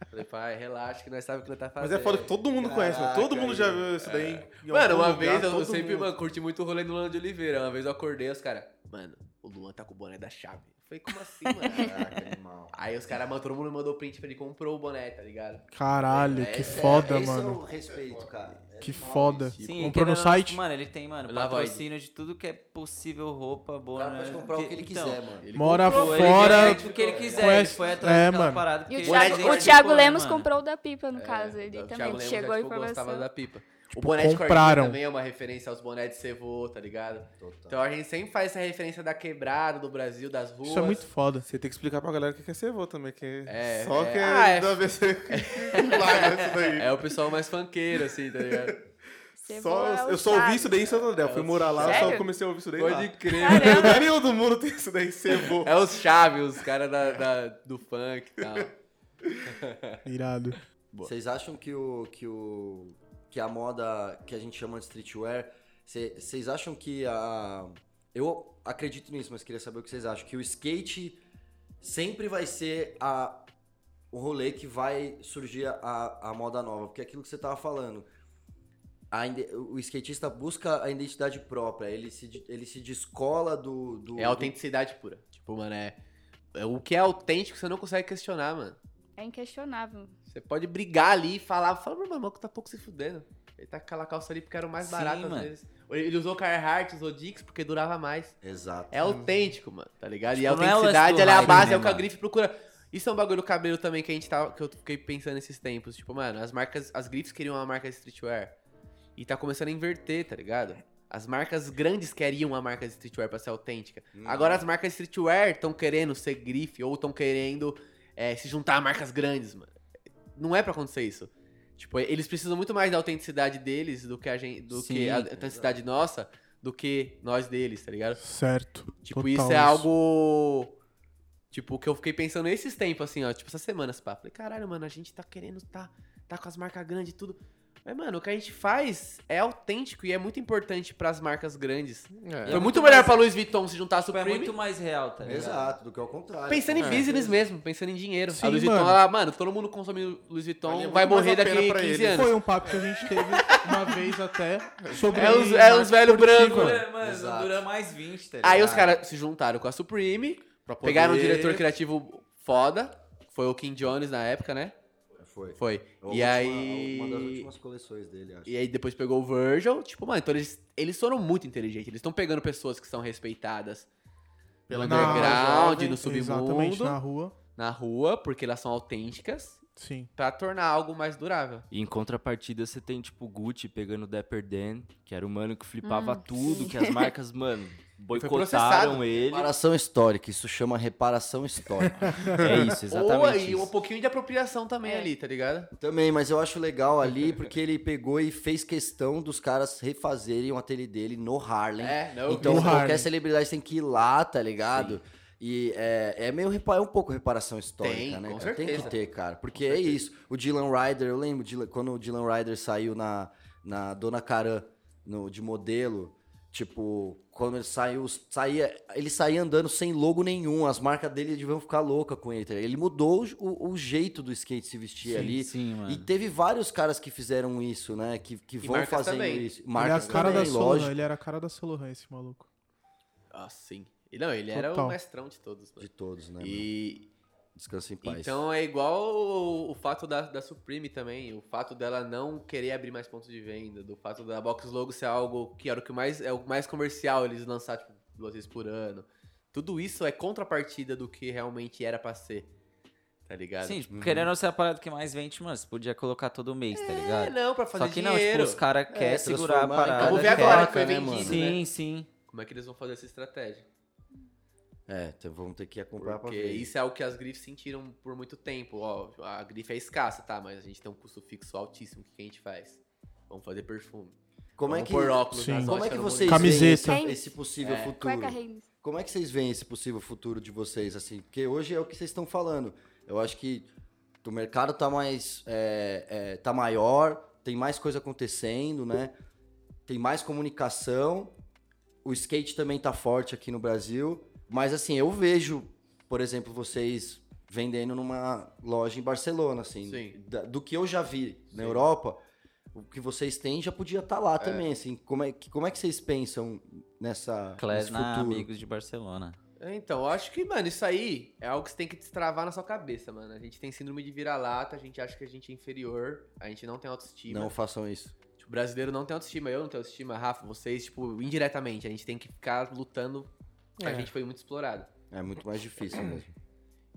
Falei, pai, relaxa, que nós sabemos o que nós tá Mas fazendo. é foda que todo mundo conhece, mano. Todo mundo já viu isso daí. em Mano, algum uma lugar, vez eu todo sempre mundo. mano, curti muito o rolê do Luan de Oliveira. Uma vez eu acordei os caras, mano, o Luan tá com o boné da chave. Eu falei, como assim, mano? Caraca, animal. Aí os caras, mano, todo mundo mandou print pra ele comprou o boné, tá ligado? Caralho, É, que esse é- foda, esse mano. é o respeito, cara. É Que animal foda. isso. Sim, Comprou no querendo ou não, site? Mano, ele tem, mano, Lavoid. patrocínio de tudo que é possível, roupa, O boa. cara pode comprar o que então, ele quiser, mano. Mora Pô, ele fora. fez o que ele quiser, conhece- ele foi atrás É, daquela mano. parada. E porque o ele Thiago, identificou, o Thiago né, Lemos mano? comprou o da pipa, no caso. Ele É, O Thiago também Lemos já, chegou assim, a tipo, gostava informação. da pipa. o Tipo, boné de compraram. corrida também é uma referência aos bonés de cevô, tá ligado? Total. Então a gente sempre faz essa referência da quebrada, do Brasil, das ruas. Isso é muito foda. Você tem que explicar pra galera o que é ser avô também, que É, só é. que Ah, é. é da vez que larga isso daí. É o pessoal mais funkeiro, assim, tá ligado? Cebola é Só, o eu só ouvi chave. isso daí em Santo André. Eu fui morar lá, só Sério? comecei a ouvir isso daí lá. Pode crer. Em lugar nenhum do mundo tem isso daí, cebô. É os chaves, os caras da, da- do funk e tal. Irado. Vocês acham que o que o que a moda que a gente chama de streetwear, vocês acham que a eu acredito nisso, mas queria saber o que vocês acham que o skate sempre vai ser a o rolê que vai surgir a, a moda nova, porque é aquilo que você tava falando, a inde- o skatista busca a identidade própria, ele se, de- ele se descola do, do É autenticidade pura. Tipo, mano, é. é O que é autêntico você não consegue questionar, mano. É inquestionável. Você pode brigar ali e falar, fala, meu irmão, que tá pouco se fudendo. Ele tá com aquela calça ali porque era o mais Sim, barato às mano. vezes. Ou Ele usou Carhartt, usou Dix porque durava mais. do- Exato. É autêntico, mano, tá ligado? e a Tipo, não é o lance autenticidade do ela é a hype, base, né, é o que a mano? grife procura. Isso é um bagulho do cabelo também que a gente tá, que eu fiquei pensando esses tempos. Tipo, mano, as marcas, as grifes queriam uma marca de streetwear. E tá começando a inverter, tá ligado? As marcas grandes queriam uma marca de streetwear pra ser autêntica. Hum. Agora as marcas streetwear estão querendo ser grife ou estão querendo é, se juntar a marcas grandes, mano. Não é pra acontecer isso. Tipo, eles precisam muito mais da autenticidade deles do que a gente, do Sim, que a exato. autenticidade nossa, do que nós deles, tá ligado? Certo. Tipo, Total isso é algo. Tipo, que eu fiquei pensando esses tempos, assim, ó. Tipo, essas semanas, pá. Falei, caralho, mano, a gente tá querendo tá, tá com as marcas grandes e tudo. Mas, mano, o que a gente faz é autêntico e é muito importante pras marcas grandes. É Foi muito, muito melhor mais- pra Louis Vuitton se juntar a Tipo, é Supreme. muito mais real, tá ligado? Exato, do que ao contrário. É. Pensando em business mesmo, pensando em dinheiro. Sim, É. a Louis Vuitton, mano. ela, mano, todo mundo consome Louis Vuitton, Valia muito vai mais morrer a pena daqui pra 15 eles. anos. Foi um papo que a gente teve uma vez até sobre. É os- é os velho marketing branco. esportivo. Dura, mano, Exato. não dura mais 20, tá ligado? Aí os caras se juntaram com a Supreme, Pra poder- pegaram um diretor criativo foda, que foi o Kim Jones na época, né? Foi. Foi. A última- E aí. Uma das últimas coleções dele, acho. E aí depois pegou o Virgil, tipo, mano, então eles, eles foram muito inteligentes, eles estão pegando pessoas que são respeitadas pelo Na underground, jovem, no Exatamente, submundo, na na... rua. rua, porque elas são autênticas, Sim. é pra tornar algo mais durável. E em contrapartida, você tem, tipo, o Gucci pegando o Dapper Dan, que era o mano que flipava tudo, que as marcas, mano, boicotaram processado. ele. Reparação histórica, isso chama reparação histórica. É isso, Ou exatamente aí, isso. um pouquinho de apropriação também ali, tá ligado? Também, mas eu acho legal ali porque ele pegou e fez questão dos caras refazerem o ateliê dele no Harlem. É, não, então No qualquer Harlem. celebridade tem que ir lá, tá ligado? E é, é meio repa- é um pouco reparação histórica, Tem, né? com cara? Tem que certeza. ter, cara. Porque é isso. O Dylan Ryder, eu lembro Dylan- quando o Dylan Ryder saiu na, na Dona Caran no- de modelo. Tipo, quando ele saiu, saía, ele saía andando sem logo nenhum. As marcas dele deviam ficar louca com ele. tá ligado? Ele mudou o, o jeito do skate se vestir ali. Sim, E mano. teve vários caras que fizeram isso, né? Que, que vão marcas fazendo também. isso. Ele é a Marcas cara da também, Solohan, lógico. ele era a cara da Solohan, esse maluco. Ah, sim. E Não, ele era Total. o mestrão de todos. mano. De todos, né? mano? E, Descansa em paz. Então é igual o, o fato da, da Supreme também, o fato dela não querer abrir mais pontos de venda, do fato da Box Logo ser algo que era o que mais é o mais comercial eles lançar tipo, duas vezes por ano. Tudo isso é contrapartida do que realmente era pra ser. Tá ligado? Sim, tipo, querendo ser a parada que mais vende, mano, você podia colocar todo mês, tá ligado? É, não, pra fazer Só que não, dinheiro. tipo, os caras É, querem segurar a É, transformar em parada. Eu vou ver quer- agora que foi né, vendido, mano? Sim, sim. Como é que eles vão fazer essa estratégia? É, então vamos ter que acompanhar Porque pra ver. isso é o que as grifes sentiram por muito tempo. Ó, a grife é escassa, tá? Mas a gente tem um custo fixo altíssimo. O que que a gente faz? Vamos fazer perfume. Como é Vamos que, pôr óculos Sim. nas como é óticas que no mundo vocês Camiseta. veem esse, esse possível futuro? Cueca Reis. Como é que vocês veem esse possível futuro de vocês, assim? Porque hoje é o que vocês estão falando. Eu acho que o mercado tá mais. é, é, tá maior, tem mais coisa acontecendo, né? Tem mais comunicação. O skate também tá forte aqui no Brasil. Mas assim, eu vejo, por exemplo, vocês vendendo numa loja em Barcelona, assim. Sim. Da- do que eu já vi na Europa, o que vocês têm já podia estar lá também, assim. Como é, que, como é que vocês pensam nessa nesse Klesna, futuro? amigos de Barcelona. É, Então, eu acho que, mano, isso aí é algo que você tem que destravar na sua cabeça, mano. A gente tem síndrome de vira-lata, a gente acha que a gente é inferior, a gente não tem autoestima. Não façam isso. Tipo, o brasileiro não tem autoestima, eu não tenho autoestima, Rafa, vocês, tipo, indiretamente. A gente tem que ficar lutando, porque a É. gente foi muito explorado. É muito mais difícil mesmo.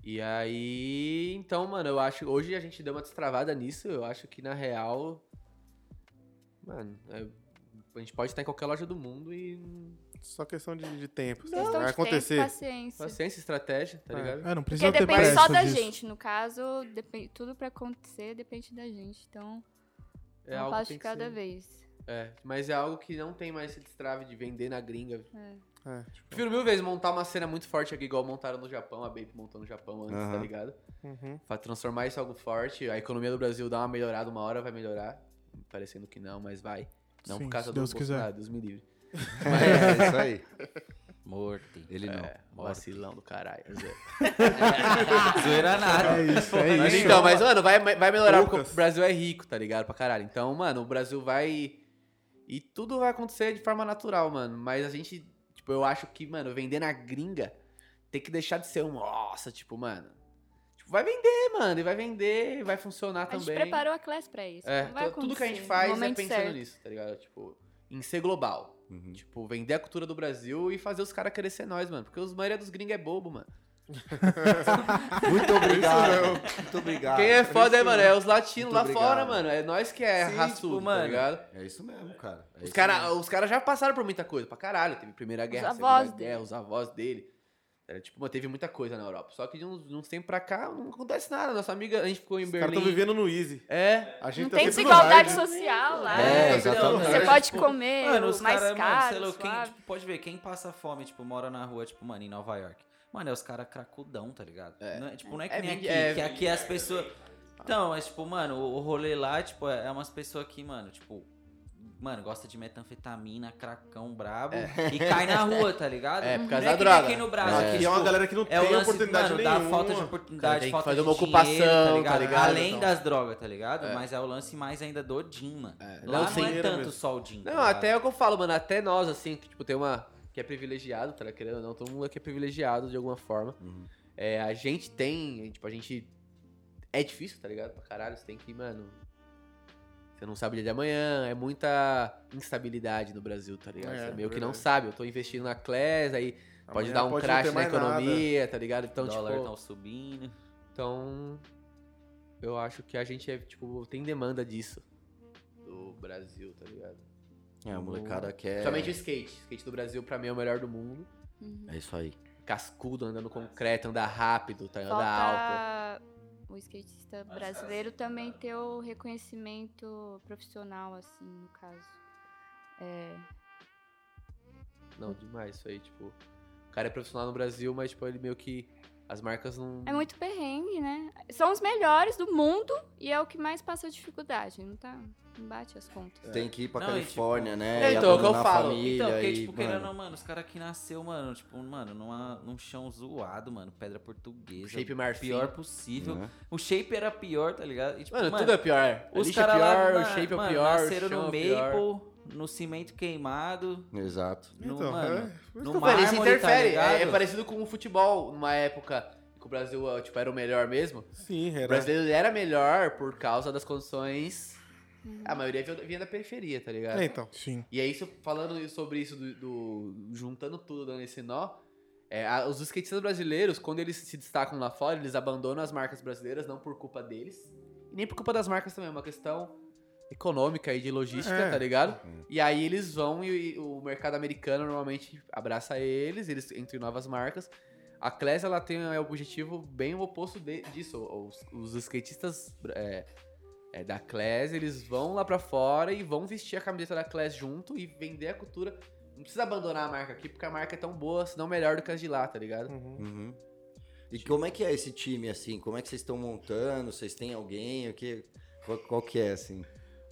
E aí, então, mano, eu acho. Hoje a gente deu uma destravada nisso. Eu acho que na real. Mano, é- a gente pode estar em qualquer loja do mundo e. Só questão de, de tempo. Questão de Vai tempo, acontecer. paciência. Paciência, estratégia, tá É. ligado? É, não precisa Porque ter depende só pressa da disso. gente, no caso, depende, tudo pra acontecer depende da gente. Então, É, é um algo que passo tem de que cada ser- vez. É, mas é algo que não tem mais esse destrave de vender na gringa. É. tipo. Prefiro mil vezes montar uma cena muito forte aqui, igual montaram no Japão, a Bape montou no Japão antes, tá Aham. ligado? Uhum. Pra transformar isso em algo forte. A economia do Brasil dá uma melhorada, uma hora vai melhorar. Parecendo que não, mas vai. Não Sim, por causa se do Deus quiser. Bolsonaro, Deus me livre. É, isso aí. Morte. Ele não. É, vacilão do caralho. Zoeira nada. É isso, é Mas isso. então, mas, mano, vai, vai melhorar porque Poucas. o Brasil é rico, tá ligado? Pra caralho. Então, mano, o Brasil vai. E tudo vai acontecer de forma natural, mano. Mas a gente, tipo, eu acho que, mano, vender na gringa tem que deixar de ser um. Nossa, tipo, mano. Tipo, vai vender, mano. E vai vender, e vai funcionar A gente também. preparou a classe pra isso. É, não vai tu- tudo que a gente acontecer, faz no é momento pensando certo. nisso, tá ligado? Tipo, em ser global. Uhum. Tipo, vender a cultura do Brasil e fazer os caras querer ser nós, mano. Porque os maioria dos gringos é bobo, mano. Muito obrigado. Muito obrigado. Quem é foda é, mano, é os latinos Muito lá obrigado. fora, mano. É nós que é Sim, raçudo, tipo, tá mano, ligado? É isso mesmo, cara. É Os isso caras mesmo. os cara já passaram por muita coisa, pra caralho. Teve Primeira Guerra, avós Segunda Guerra, dele. os avós dele. Tá Era tipo, mano, teve muita coisa na Europa. Só que de uns, de uns tempos pra cá não acontece nada. Nossa amiga, a gente ficou em Os caras Berlim. estão vivendo no Easy. É. A gente Não tá tem sempre no desigualdade hard. social lá. É, então, exatamente. Você cara, pode tipo, comer Mano, os o mais caras, mano, caro, sei lá, quem, suave. tipo, pode ver, quem passa fome, tipo, mora na rua, tipo, mano, em Nova York. Mano, é os caras cracudão, tá ligado? É. Não é, tipo, não é que É nem aqui, bem- é que bem- aqui as pessoas... Então, mas, tipo, mano, o o rolê lá, tipo, é é umas pessoas que, mano, tipo... Mano, gosta de metanfetamina, cracão brabo e cai na rua, tá ligado? É, por causa não é da que nem droga. aqui no Brasil, Aqui que, é, tipo, uma galera que não é tem o lance, oportunidade mano, nenhuma. da falta de Cara, oportunidade, tem que falta fazer de uma dinheiro, tá ocupação, ligado? tá ligado? Além Então. das drogas, tá ligado? Mas é o lance mais ainda do DIN, mano. É, Lá não, não, sim. é tanto mesmo. só o DIN. tá Não, Ah. ligado? até é o que eu falo, mano. Até nós, assim, que, tipo, tem uma. Que é privilegiado, tá ligado? querendo ou não? Todo mundo aqui é privilegiado de alguma forma. Uhum. É, a gente tem. Tipo, a gente. É difícil, tá ligado? Pra caralho. Você tem que, mano. Você não sabe o dia de amanhã. É muita instabilidade no Brasil, tá ligado? É, você meio que verdade. não sabe. Eu tô investindo na Class, aí pode Amanhã dar um pode não ter crash na mais nada. economia, tá ligado? O Então, dólar tipo. tá subindo. Então, eu acho que a gente é, tipo, tem demanda disso. Do Brasil, tá ligado? É, o molecada quer. Principalmente o skate. O skate do Brasil, pra mim, é o melhor do mundo. Uhum. É isso aí. Cascudo, andando concreto, andar rápido, tá? Andar alto. Falta o skatista brasileiro também ter o reconhecimento profissional, assim, no caso. É, Não, demais isso aí, tipo... O cara é profissional no Brasil, mas, tipo, ele meio que... As marcas não... é muito perrengue, né? São os melhores do mundo e é o que mais passa dificuldade, não tá? Não bate as contas. Tem que ir pra Não, e, Califórnia, tipo, né? é, E então, é o que eu abandonar a falo. família então, porque, e, tipo, mano, querendo ou não, mano, os caras que nasceu, mano, tipo, mano, numa, num chão zoado, mano, pedra portuguesa. Shape marfim. Pior possível. né? O shape era pior, tá ligado? E, tipo, Mano, tudo é pior. O Os lixo é caras lá, pior, o na- shape é mano, pior, nasceram o chão no é pior. maple, no cimento queimado, Exato. no, Então, mano, é. no Mano, mármore, isso tá interfere. ligado? é, é parecido com o futebol, numa época que o Brasil, eh, tipo, era o melhor mesmo. Sim, O era. brasileiro era melhor por causa das condições. A maioria vinha- vinha da periferia, tá ligado? É, então. Sim. E é isso, falando sobre isso, do, do- juntando tudo, dando esse nó. é, a- os skatistas brasileiros, quando eles se destacam lá fora, eles abandonam as marcas brasileiras, não por culpa deles, e nem por culpa das marcas também, é uma questão econômica e de logística, É. tá ligado? E aí eles vão e, e o mercado americano normalmente abraça eles, eles entram em novas marcas. A Class, ela tem é, o objetivo bem o oposto de- disso. Os, os skatistas é, é, da Class, eles vão lá pra fora e vão vestir a camiseta da Class junto e vender a cultura. Não precisa abandonar a marca aqui, porque a marca é tão boa, se não melhor do que as de lá, tá ligado? Uhum. Uhum. E como é que é esse time, assim? Como é que vocês estão montando? Vocês têm alguém? O que... Qual, qual que é, assim?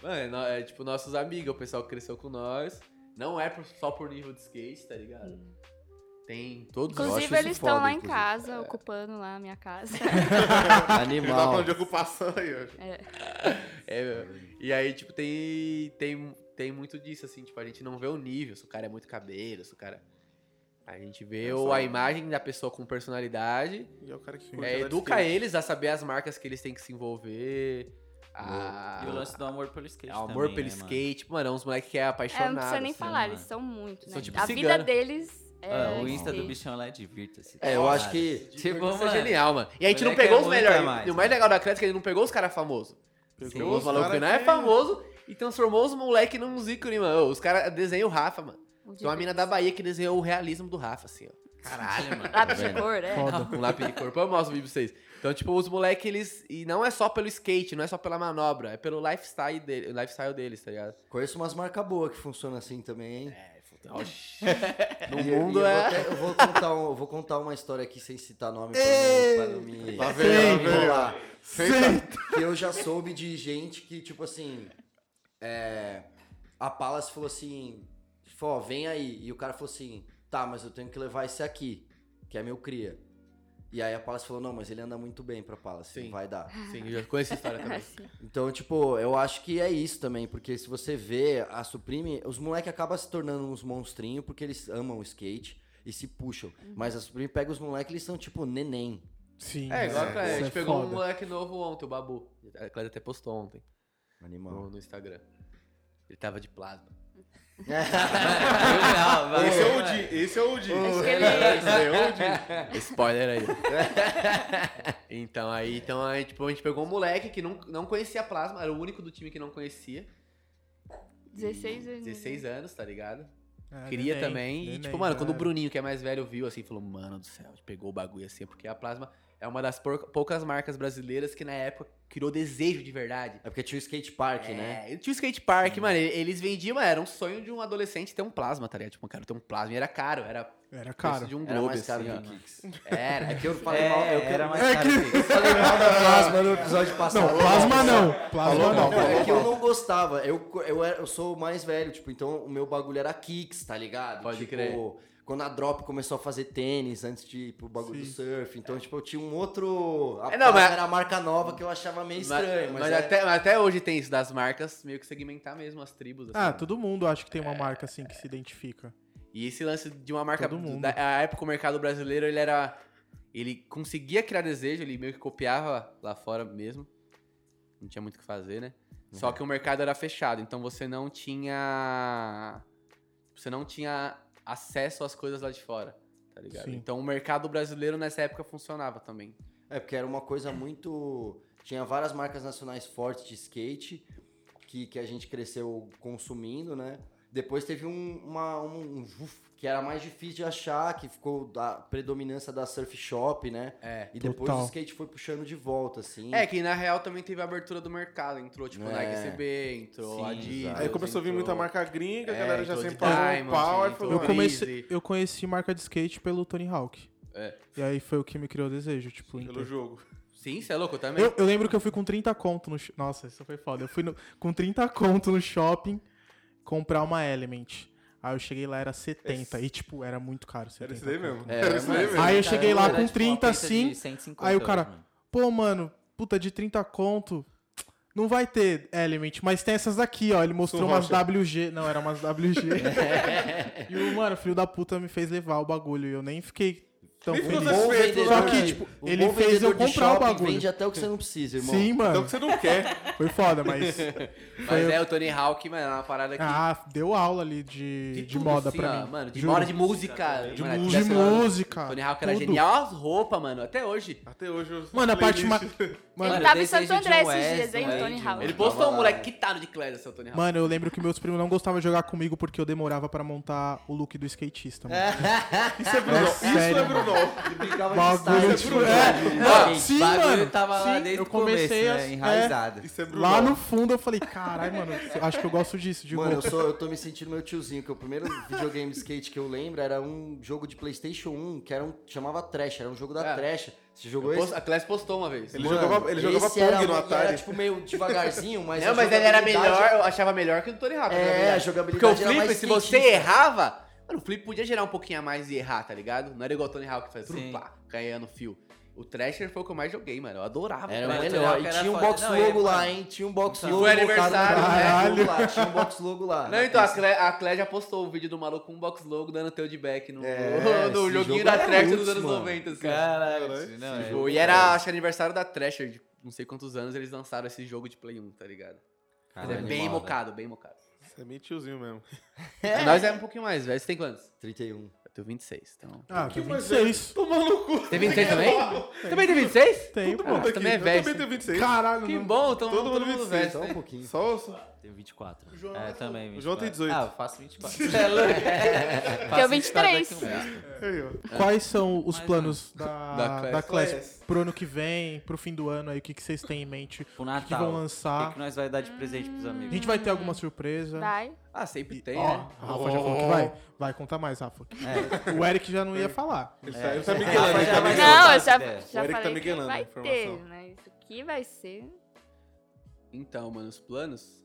Mano, é, nó- é tipo nossos amigos, o pessoal que cresceu com nós. Não é por- só por nível de skate, tá ligado? Hum. Tem todos os acho isso Inclusive, eles estão foda, lá em inclusive. casa, ocupando lá a minha casa. é Ele tá falando Animal. de ocupação aí, hoje. É, meu. e aí, tipo, tem, tem, tem muito disso, assim, tipo, a gente não vê o nível, se o cara é muito cabelo, se o cara. A gente É vê o- um a imagem da pessoa com personalidade. E é o cara que é, educa eles a saber as marcas que eles têm que se envolver. A, E o lance do amor pelo skate é o amor também, pelo né, mano? skate. Mano, é uns moleques que é É, apaixonado. não precisa nem assim. falar, mano. eles são muito, né? São tipo a cigano. vida deles é. Ah, o skate. Insta do bichão lá é divirta-se. É, eu acho que... Tipo, Tipo, isso é mano, genial, mano. E a gente não moleque é pegou os muito a melhores. mais, e o mais mano. legal da Atlético é que ele não pegou os caras famosos. Sim, Pegou os malucos que não é famoso e transformou os moleques num ícones, mano. Ô, Os caras desenham o Rafa, mano. O Tem uma Então, mina da Bahia que desenhou o realismo do Rafa, assim, ó. Caralho, mano. Lápis de cor, é. Foda. Um lápis de corpo. Eu mostro o vídeo pra vocês. Então, tipo, os moleques, eles. E não é só pelo skate, não é só pela manobra, é pelo lifestyle, dele, lifestyle deles, tá ligado? Conheço umas marcas boas que funcionam assim também, hein? É, futebol. E- No e mundo eu vou é. até- eu, vou contar um- eu vou contar uma história aqui sem citar nome pra não, pra não Tá me... Lá vem, lá me vem. enrolar. Sim. que eu já soube de gente que, tipo assim, é, a Palace falou assim, falou, ó, vem aí. E o cara falou assim, tá, mas eu tenho que levar esse aqui, que é meu cria. E aí a Palace falou, não, mas ele anda muito bem pra Palace, Sim. não vai dar. Ah. Sim, eu já conheço essa história também. Assim. Então, tipo, eu acho que é isso também, porque se você vê a Supreme, os moleques acabam se tornando uns monstrinhos porque eles amam o skate e se puxam. Mas a Supreme pega os moleques, eles são tipo neném. Sim. É, igual a isso Clara. A gente é pegou um foda. moleque novo ontem, o Babu. A Clara até postou ontem Animal. no, no Instagram. Ele tava de plasma. Legal, vai, Esse é o vai. Di, esse é o Di. Acho que ele. é Spoiler aí. então aí, então aí, tipo, a gente pegou um moleque que não, não conhecia plasma, era o único do time que não conhecia. 16 anos. 16 anos, tá ligado? É, Queria neném, também. e, neném, tipo, mano, quando o galera. Bruninho, que é mais velho, viu, assim, falou, mano do céu, pegou o bagulho assim, porque a Plasma é uma das porca- poucas marcas brasileiras que na época criou desejo de verdade. É porque tinha o skate park, É, né? ele Tinha o skate park, mano, e- eles vendiam, mano, era um sonho de um adolescente ter um plasma, tá ligado? Tipo, cara, ter um plasma, e era caro, era preço Era caro. de um Era globo, mais caro assim, que ó. o Kicks. Era. É que eu falei mal, eu quero era mais É caro que- que isso. falei mal da plasma no episódio Não, passado. plasma não. Plasma Falou, não. não. Não, é que eu não gostava. Eu, eu, era- eu sou o mais velho, tipo, então o meu bagulho era kicks, tá ligado? Pode tipo, crer. Quando a Drop começou a fazer tênis antes de ir pro bagulho Sim. do surf. Então, tipo, eu tinha um outro. A É, não, Plasma mas- era a marca nova que eu achava meio estranho. Mas, mas é- até, mas até hoje tem isso das marcas, meio que segmentar mesmo as tribos, assim. Ah, todo mundo acho que tem uma marca assim que se identifica. E esse lance de uma marca. Todo mundo. Da, a época, o mercado brasileiro, ele era. Ele conseguia criar desejo, ele meio que copiava lá fora mesmo. Não tinha muito o que fazer, né? Uhum. Só que o mercado era fechado, então você não tinha. Você não tinha acesso às coisas lá de fora, tá ligado? Sim. Então o mercado brasileiro nessa época funcionava também. É, porque era uma coisa muito. Tinha várias marcas nacionais fortes de skate que, que a gente cresceu consumindo, né? Depois teve um, uma, um, um vuf, que era mais difícil de achar, que ficou da predominância da surf shop, né? É. E depois Total. o skate foi puxando de volta, assim. É, que na real também teve a abertura do mercado. Entrou, tipo, É. Nike CB, entrou Sim, Adidas. exato. Aí começou a vir entrou- muita marca gringa, a É, galera já entrou sempre de pagou um Diamond, pau e entrou falou. Eu, "Ah, comecei, Grizzly. eu conheci marca de skate pelo Tony Hawk. É. E aí foi o que me criou o desejo, tipo. Pelo então. jogo. Sim, você é louco eu também? Eu, eu lembro que eu fui com 30 conto no. sh- Nossa, isso foi foda. Eu fui no- com 30 conto no shopping comprar uma Element. Aí eu cheguei lá, era 70. E, tipo, era muito caro. 70 Era isso daí conto. mesmo. É, Era isso daí mas- mesmo. Aí eu Cara, cheguei lá era, com tipo, uma 30 pizza de assim, 150 aí o hoje, cara- mano. Pô, mano, puta, de 30 conto. Não vai ter Element, mas tem essas aqui, ó. Ele mostrou Sou umas Rocha. WG. Não, era umas WG. e o, mano, filho da puta me fez levar o bagulho. E eu nem fiquei tão Nem ficou feliz. satisfeito. né? Só que, tipo, o ele bom fez vendedor eu de comprar o shopping bagulho. Vende até o que você não precisa, irmão. Sim, Então mano. que você não quer. Foi foda, mas. Mas Foi- é, o Tony Hawk, mano, é uma parada que. Ah, deu aula ali de, de, tudo, moda assim, pra ó, mim. Mano, de Juro. moda, de música. De, mano, mu- tivesse de lá- música. Tony Hawk era tudo. genial, as roupas, mano, até hoje. Até hoje eu. Mano, a parte playlist- Mano, ele tava em desde Santo um John André esses West, dias, hein, Wade, Tony Hawk. Ele pô- postou tava um lá. moleque quitado de Clash, seu Tony Hawk. Mano, eu lembro que meus primos não gostavam de jogar comigo porque eu demorava pra montar o look do skatista, mano. Isso é Brunão. É Isso é sério. Brunão. Ele brincava de Bagulho style, de- tipo, é. de- Não, Gente, sim, bagulho mano. tava lá Sim, desde eu o começo, comecei né, a- é. enraizado. Isso é Brunão. Lá no fundo eu falei, caralho, mano, acho que eu gosto disso. De Mano, eu, roupa." sou, eu tô me sentindo meu tiozinho, que o primeiro videogame de skate que eu lembro era um jogo de Playstation 1, que era um, chamava Trash, era um jogo da É. Trash. Você jogou Eu esse? posto- a Clash postou uma vez. Ele Mano, jogava, ele jogava esse Pong era, no e Atari. Era tipo meio devagarzinho, mas. não, a mas ele era jogabilidade- melhor, eu achava melhor que o Tony Hawk. a É, a jogabilidade. jogabilidade Porque o era Flip, mais se você skatista. errava, mano, o Flip podia gerar um pouquinho a mais e errar, tá ligado? Não era igual o Tony Hawk que faz Sim. pá, caía no fio. O Thrasher foi o que eu mais joguei, mano. Eu adorava. Era o Thrasher. melhor. E era tinha um foda. box Não, ele- logo lá, hein? Tinha um box Então, Foi logo. colocado aniversário, no né? caralho. lá, Tinha um box logo lá. Não, então, a Clé, a Clé já postou o vídeo do maluco com um box logo dando teu de back no, no É, esse joguinho jogo da era Thrasher roots, dos anos mano. 90, assim. Caralho, não, é- Tipo, e era, acho que aniversário da Thrasher, de não sei quantos anos eles lançaram esse jogo de Play 1, tá ligado? Mas é Caralho, bem animal, mocado, bem mocado. Você é meio tiozinho mesmo. Nós é um pouquinho mais, velho. Você tem quantos? 31. Eu tenho 26, então... Ah, que mais 26. Tomando no cu. Tem 26 também? Também tem 26? Tem, Todo pô. mundo Ah, aqui. também é Eu velho, também sim. tenho 26. Caralho, Que não- bom, então Todo mundo 26, velho. Só um pouquinho. Só os... Tenho 24. É, também. O João tem 24. 18. Ah, eu faço 24. Você é louco? 23. Faço 24 daqui a um mês. Aí, ó. Quais são os Mas, planos da, da da, Class. Class pro ano que vem, pro fim do ano aí? O que, que vocês têm em mente? Pro O que, que vão Natal. O que, lançar? Hum, que nós vai dar de presente pros A amigos? gente vai ter alguma surpresa? Vai. Ah, sempre tem, Ó, a né? Rafa já falou que vai. Vai contar mais, Rafa. O Eric já não ia falar. Ele tá, ele Rafa tá miguelando. ele já tá vai- miguelando. soltar Não, eu essa já, ideia. já O Eric tá falei que miguelando a vai ter, né, informação. mas o que vai ser... Então, mano, os planos...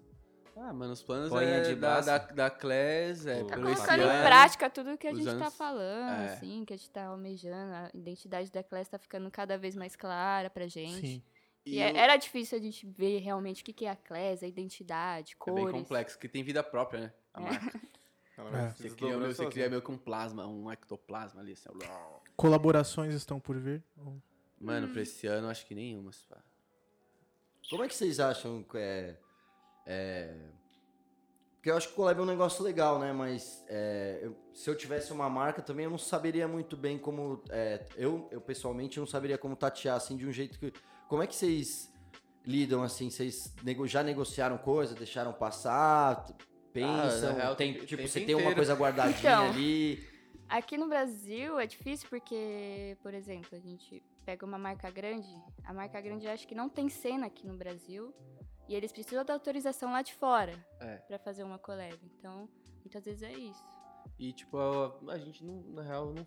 Ah, mano, os planos Boinha é de da, braço. da, da Class, é Tá Tá pelo esse colocando em ano. prática tudo que a os gente tá anos- falando, é. assim, que a gente tá almejando. A identidade da classe tá ficando cada vez mais clara pra gente. Sim. E é- era difícil a gente ver realmente o que que é a classe, a identidade, É bem cores. complexo, que tem vida própria, né? A marca. Ela vai É. Você, se cria, desdobrar meio- você sozinha. cria meio que um plasma, um ectoplasma ali, assim. ó. Colaborações estão por vir? Um Mano, pra esse ano, acho que nenhuma. se pá. Como é que vocês acham que é. é, Porque eu acho que o collab é um negócio legal, né? Mas é, eu- se eu tivesse uma marca também, eu não saberia muito bem como. é, eu, eu pessoalmente não saberia como tatear assim de um jeito que. Como é que vocês lidam assim? Vocês nego- já negociaram coisa, deixaram passar? T- pensam, Ah, na real, tem, tem- tipo, tem você tem inteiro. uma coisa guardadinha Então. ali. Aqui no Brasil é difícil porque, por exemplo, a gente pega uma marca grande, a marca grande eu acho que não tem cena aqui no Brasil e eles precisam da autorização lá de fora É. pra fazer uma collab. Então, muitas vezes é isso. E, tipo, a, a gente, não, na real, não.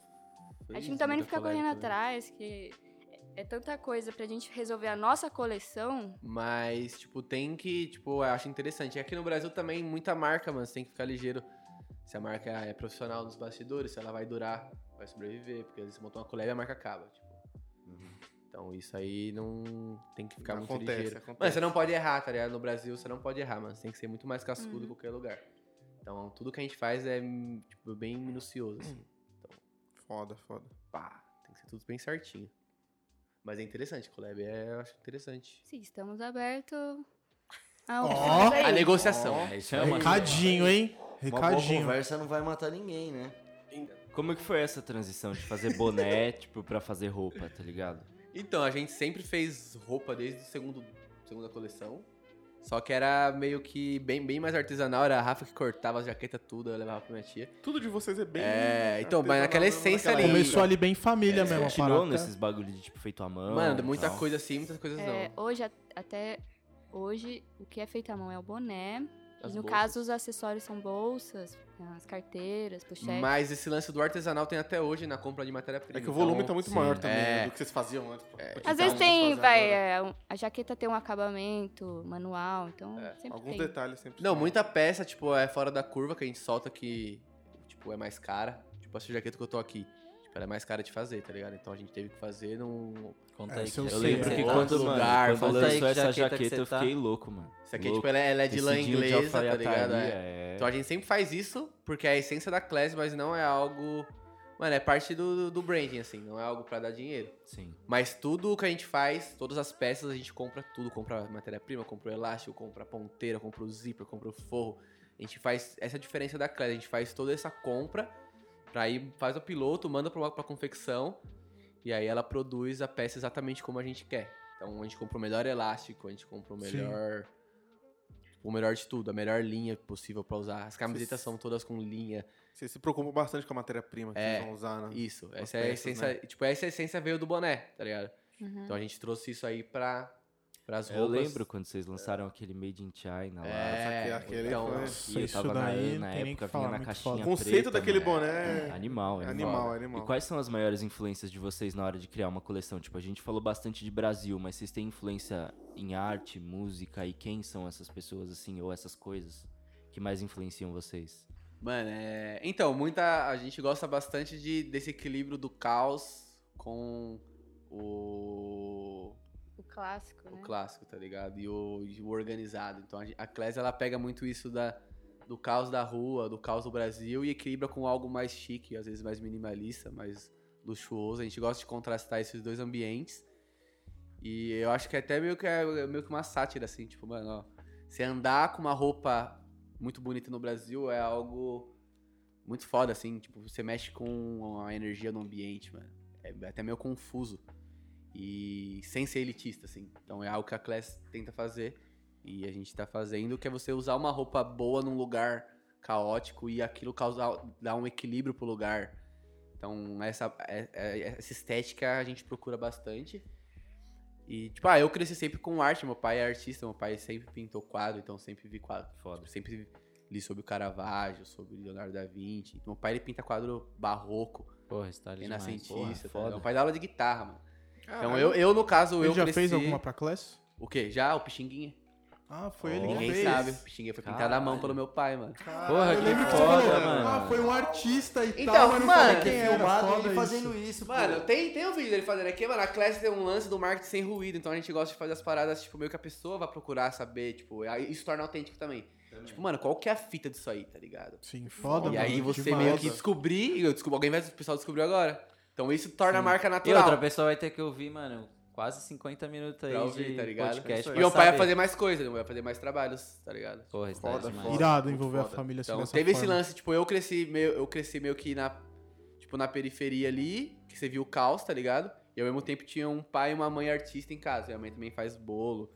A fez gente também não muita fica collab correndo também. atrás, que é tanta coisa pra gente resolver a nossa coleção. Mas, tipo, tem que, tipo, eu acho interessante. E aqui no Brasil também, muita marca, mano, você tem que ficar ligeiro. Se a marca é profissional nos bastidores, se ela vai durar, vai sobreviver. Porque às vezes você montou uma collab e a marca acaba, tipo. Então isso aí não né? tem que ficar muito Acontece, ligeiro. acontece. Mas você não pode errar, tá ligado? No Brasil você não pode errar, mano. Você tem que ser muito mais cascudo Uhum. em qualquer lugar. Então tudo que a gente faz é, tipo, bem minucioso, assim. Foda, foda. Pá, tem que ser tudo bem certinho. Mas é interessante, collab é, eu acho interessante. Sim, estamos abertos a Ó, opções A aí. negociação. É, chama. Recadinho, hein? Uma boa Recadinho. conversa não vai matar ninguém, né? Como é que foi essa transição de fazer boné, tipo, pra fazer roupa, tá ligado? Então, a gente sempre fez roupa desde o segundo segunda coleção. Só que era meio que bem, bem mais artesanal, era a Rafa que cortava as jaquetas tudo, eu levava pra minha tia. Tudo de vocês é bem. É, então, mas artesanal naquela mesmo, essência naquela ali. época. Começou ali bem família mesmo. a Continuou parada. né? nesses bagulho de, tipo, feito à mão. Ah, Mano, e muita tal? coisa sim, muitas coisas É, não. hoje, a- até hoje, o que é feito à mão é o boné. As e no bolsas. caso, os acessórios são bolsas, as carteiras, pochetes. Mas esse lance do artesanal tem até hoje na compra de matéria-prima. É que o volume tá então- muito maior sim. também É. né, do que tá um vocês faziam antes. Às vezes tem, vai, é, um- a jaqueta tem um acabamento manual, então sempre Alguns tem. detalhes sempre. Não, tem. muita peça, tipo, é fora da curva que a gente solta que, tipo, é mais cara. Tipo, essa jaqueta que eu tô aqui. Tipo, ela é mais cara de fazer, tá ligado? Então a gente teve que fazer num. Conta É, aí. se eu que Eu sei, lembro é. que quando, Outro lugar, mano, quando falta lançou aí que essa jaqueta que jaqueta, eu você tá. fiquei louco, mano. Isso aqui, Louco. tipo, ela é, ela é de lã Tecidinho de inglesa, "Ah, tá alfaiataria, ligado? É. é. Então a gente sempre faz isso, porque é a essência da classe, mas não é algo. Mano, é parte do, do branding, assim, não é algo pra dar dinheiro. Sim. Mas tudo o que a gente faz, todas as peças, a gente compra tudo. Compra matéria-prima, compra o elástico, compra a ponteira, compra o zíper, compra o forro. A gente faz essa é a diferença da classe, a gente faz toda essa compra, pra aí faz o piloto, manda pra, pra confecção, e aí ela produz a peça exatamente como a gente quer. Então a gente compra o melhor elástico, a gente compra o Sim. melhor. O melhor de tudo, a melhor linha possível pra usar. As camisetas Vocês- são todas com linha. Vocês se preocupam bastante com a matéria-prima que É. vocês vão usar, né? Isso, As essa é a peças, né? essência. Tipo, essa essência veio do boné, tá ligado? Uhum. Então a gente trouxe isso aí pra, pras Eu roupas. lembro quando vocês lançaram aquele Made in China lá. É, Aquele- aquele então, foi- E eu Isso tava na- daí na, não tem nem época, que falar, vinha na muito caixinha foda. O conceito preta, né? daquele mano. boné. Animal, animal. Animal, animal. E quais são as maiores influências de vocês na hora de criar uma coleção? Tipo, a gente falou bastante de Brasil, mas vocês têm influência em arte, música e quem são essas pessoas, assim, ou essas coisas que mais influenciam vocês? Mano, é... Então, muita... A gente gosta bastante de, desse equilíbrio do caos com o... O clássico, o né? clássico, tá ligado? E o, e o organizado. Então a, gen- a Class, ela pega muito isso da, do caos da rua, do caos do Brasil e equilibra com algo mais chique, às vezes mais minimalista, mais luxuoso. A gente gosta de contrastar esses dois ambientes. E eu acho que até meio que é meio que uma sátira, assim, tipo, mano, ó. Você andar com uma roupa muito bonita no Brasil é algo muito foda, assim. Tipo, você mexe com a energia do ambiente, mano. É até meio confuso e sem ser elitista, assim. Então é algo que a Class tenta fazer e a gente tá fazendo, que é você usar uma roupa boa num lugar caótico e aquilo causar, dar um equilíbrio pro lugar. Então essa, é- é- essa estética a gente procura bastante. E, tipo, ah, eu cresci sempre com arte, meu pai é artista, meu pai sempre pintou quadro, então sempre vi quadro. Foda. Sempre li sobre o Caravaggio, sobre Leonardo da Vinci. Meu pai ele pinta quadro barroco, Porra, está É demais. Porra, renascentista. tá ligado? foda. Meu pai dá aula de guitarra, mano. Então Caralho. eu, eu no caso, Ele eu já cresci... fez alguma pra classe? O quê? Já? O Pixinguinha? Ah, foi ele que Ninguém fez. sabe. O Pixinguinha foi pintado à mão Caralho. pelo meu pai, mano. Porra, Eu que lembro que você foda, falou, mano. Ah, foi um artista e Então, tal, mas não mano, sabe Tem quem era. filmado É, Foda ele isso. fazendo isso, Mano, pô. tem, tem um vídeo dele fazendo aqui, mano. A classe tem um lance do marketing sem ruído, então a gente gosta de fazer as paradas, tipo, meio que a pessoa vai procurar saber, tipo, aí isso torna autêntico também. Tipo, mano, qual que é a fita disso aí, tá ligado? Sim, foda, e mano. aí você demais. meio que descobrir, e eu descubro, alguém vai, o pessoal descobriu agora. Então isso torna a marca E outra natural. pessoa vai ter que ouvir, mano, quase 50 minutos aí Pra ouvir, de tá ligado? podcast. e pra meu pai vai saber. fazer mais coisa, ele vai fazer mais trabalhos, tá ligado? Porra, está Foda, demais. foda. Irado Muito envolver foda. a família assim Então, dessa teve esse forma. lance, tipo, eu cresci meio, eu cresci meio que na, tipo, na periferia ali, que você viu o caos, tá ligado? E ao mesmo tempo tinha um pai e uma mãe artista em casa, minha mãe também faz bolo.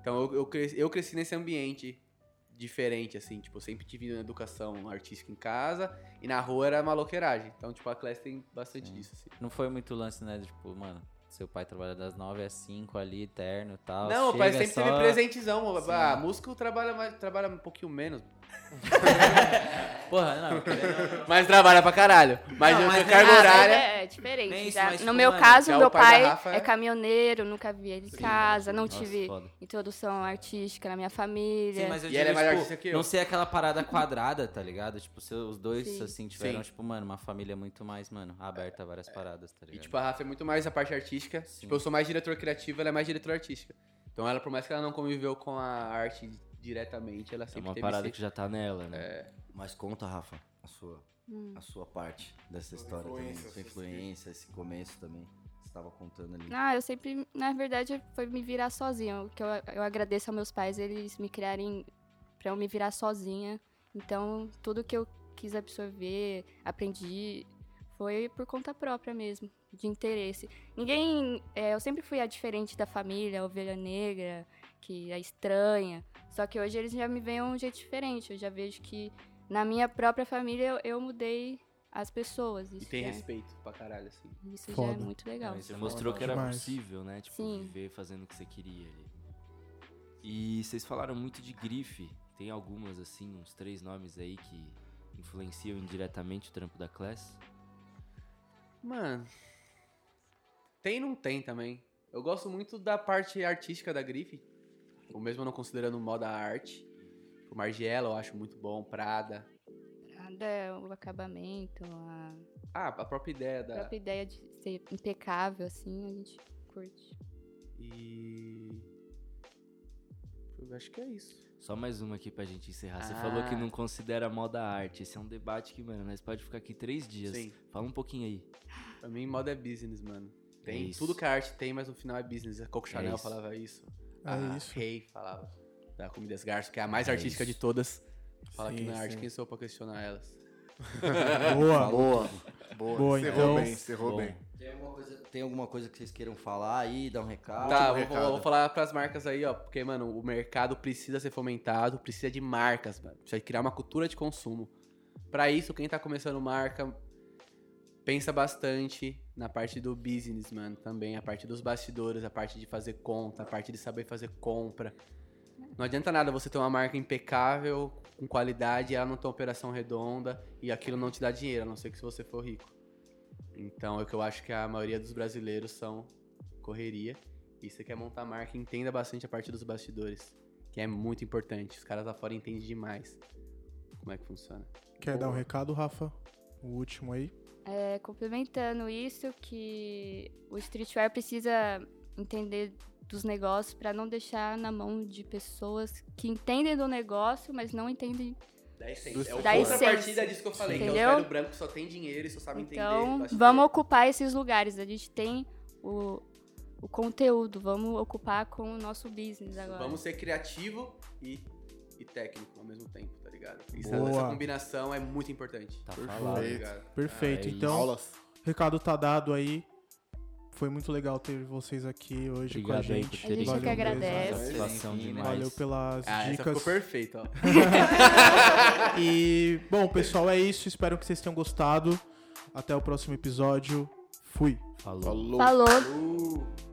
Então eu, eu, cresci, eu cresci nesse ambiente diferente, assim. Tipo, eu sempre tive uma educação artística em casa e na rua era maloqueiragem. Então, tipo, a classe tem bastante disso, assim. Não foi muito lance, né? Tipo, mano, seu pai trabalha das 9 às 5 ali, terno e tal. Não, o pai chega sempre só- teve presentezão. Sim. Ah, músico trabalha, mais, trabalha um pouquinho menos. Porra, não. Mas trabalha pra caralho. Mas Não, eu mas sou carga Ah, horária. mas é, é diferente. Nem isso, já. mas, no tipo, meu mano, caso, já meu o pai pai, da Rafa é... é- caminhoneiro, nunca vi ele em casa, não Nossa, tive foda. introdução artística na minha família. Sim, mas eu E digo, ela é tipo, mais artista que eu. não ser aquela parada quadrada, tá ligado? Tipo, se os dois, Sim. assim, tiveram, Sim. tipo, mano, uma família muito mais, mano, aberta a várias paradas, tá E, ligado? tipo, a Rafa é muito mais a parte artística. Sim. Tipo, eu sou mais diretor criativo, ela é mais diretor artística. Então, ela, por mais que ela não conviveu com a arte diretamente, ela É sempre uma teve parada esse- É. que já tá nela, né? Mas conta, Rafa, a sua, Hum. a sua parte dessa Sua história também. influência, Sua você influência, esse começo também. que Você estava contando ali. Ah, eu sempre, na verdade, foi me virar sozinha. O que eu, eu agradeço aos meus pais, eles me criarem pra eu me virar sozinha. Então, tudo que eu quis absorver, aprendi, foi por conta própria mesmo, de interesse. Ninguém. é, eu sempre fui a diferente da família, a ovelha negra, que é estranha. Só que hoje eles já me veem um jeito diferente. Eu já vejo que na minha própria família eu, eu mudei as pessoas. E Isso, é. tem já, respeito pra caralho, assim. isso já é Foda. muito legal. Não, e você mostrou que era Demais. possível, né? Tipo, Sim. viver fazendo o que você queria ali. E vocês falaram muito de grife. Tem algumas, assim, uns três nomes aí que influenciam indiretamente o trampo da classe. Mano. Tem e não tem também. Eu gosto muito da parte artística da grife. Ou mesmo não considerando moda arte. O Margiela eu acho muito bom, Prada. Nada, o acabamento, a Ah, a própria ideia da. própria ideia de ser impecável, assim, a gente curte. E. Eu acho que é isso. Só mais uma aqui pra gente encerrar. Você Ah. falou que não considera moda arte. Esse é um debate que, mano, nós pode ficar aqui três dias. Sim. Fala um pouquinho aí. Pra mim, moda é business, mano. É Tem isso. tudo que a arte tem, mas no final é business. A Coco Chanel isso. falava isso. É a isso. Rei falava. Da Comidas Garço, que é a mais É artística isso. de todas. Fala que Sim, não é arte, sim. quem sou eu pra questionar elas? Boa, Boa, boa. boa, Cerrou então. bem, cerrou Bom, bem. Tem alguma, coisa, tem alguma coisa que vocês queiram falar aí, dar um recado? Tá, último vou, recado. vou falar pras marcas aí, ó. Porque, mano, o mercado precisa ser fomentado, precisa de marcas, mano. Precisa criar uma cultura de consumo. Pra isso, quem tá começando marca, pensa bastante na parte do business, mano, também. A parte dos bastidores, a parte de fazer conta, a parte de saber fazer compra. Não adianta nada você ter uma marca impecável, com qualidade, e ela não ter uma operação redonda e aquilo não te dá dinheiro, a não ser que se você for rico. Então, é o que eu acho que a maioria dos brasileiros são correria. E você quer montar marca, entenda bastante a parte dos bastidores, que é muito importante. Os caras lá fora entendem demais como é que funciona. Quer dar um recado, Rafa? O último aí. É, complementando isso, que o streetwear precisa entender dos negócios pra não deixar na mão de pessoas que entendem do negócio, mas não entendem. Da Do- essência. É o Da contrapartida essência. disso que eu falei, que é o Entendeu? velho branco que só tem dinheiro e só sabe entender. Então, bastidor. vamos ocupar esses lugares. A gente tem o, o conteúdo, vamos ocupar com o nosso business agora. Vamos ser criativo e, e técnico ao mesmo tempo, tá ligado? Isso- Boa. Essa combinação é muito importante. Tá Perfeito. falado. Tá ligado? Perfeito. Ah, é então, Aulas. recado tá dado aí. Foi muito legal ter vocês aqui hoje com a Obrigado aí por gente. A gente terem é que Valeu mesmo. agradece. Satisfação Valeu demais. Valeu pelas Ah, essa ficou dicas. perfeita, ó. E, bom, pessoal, é isso. Espero que vocês tenham gostado. Até o próximo episódio. Fui. Falou. Falou. Falou! Uh.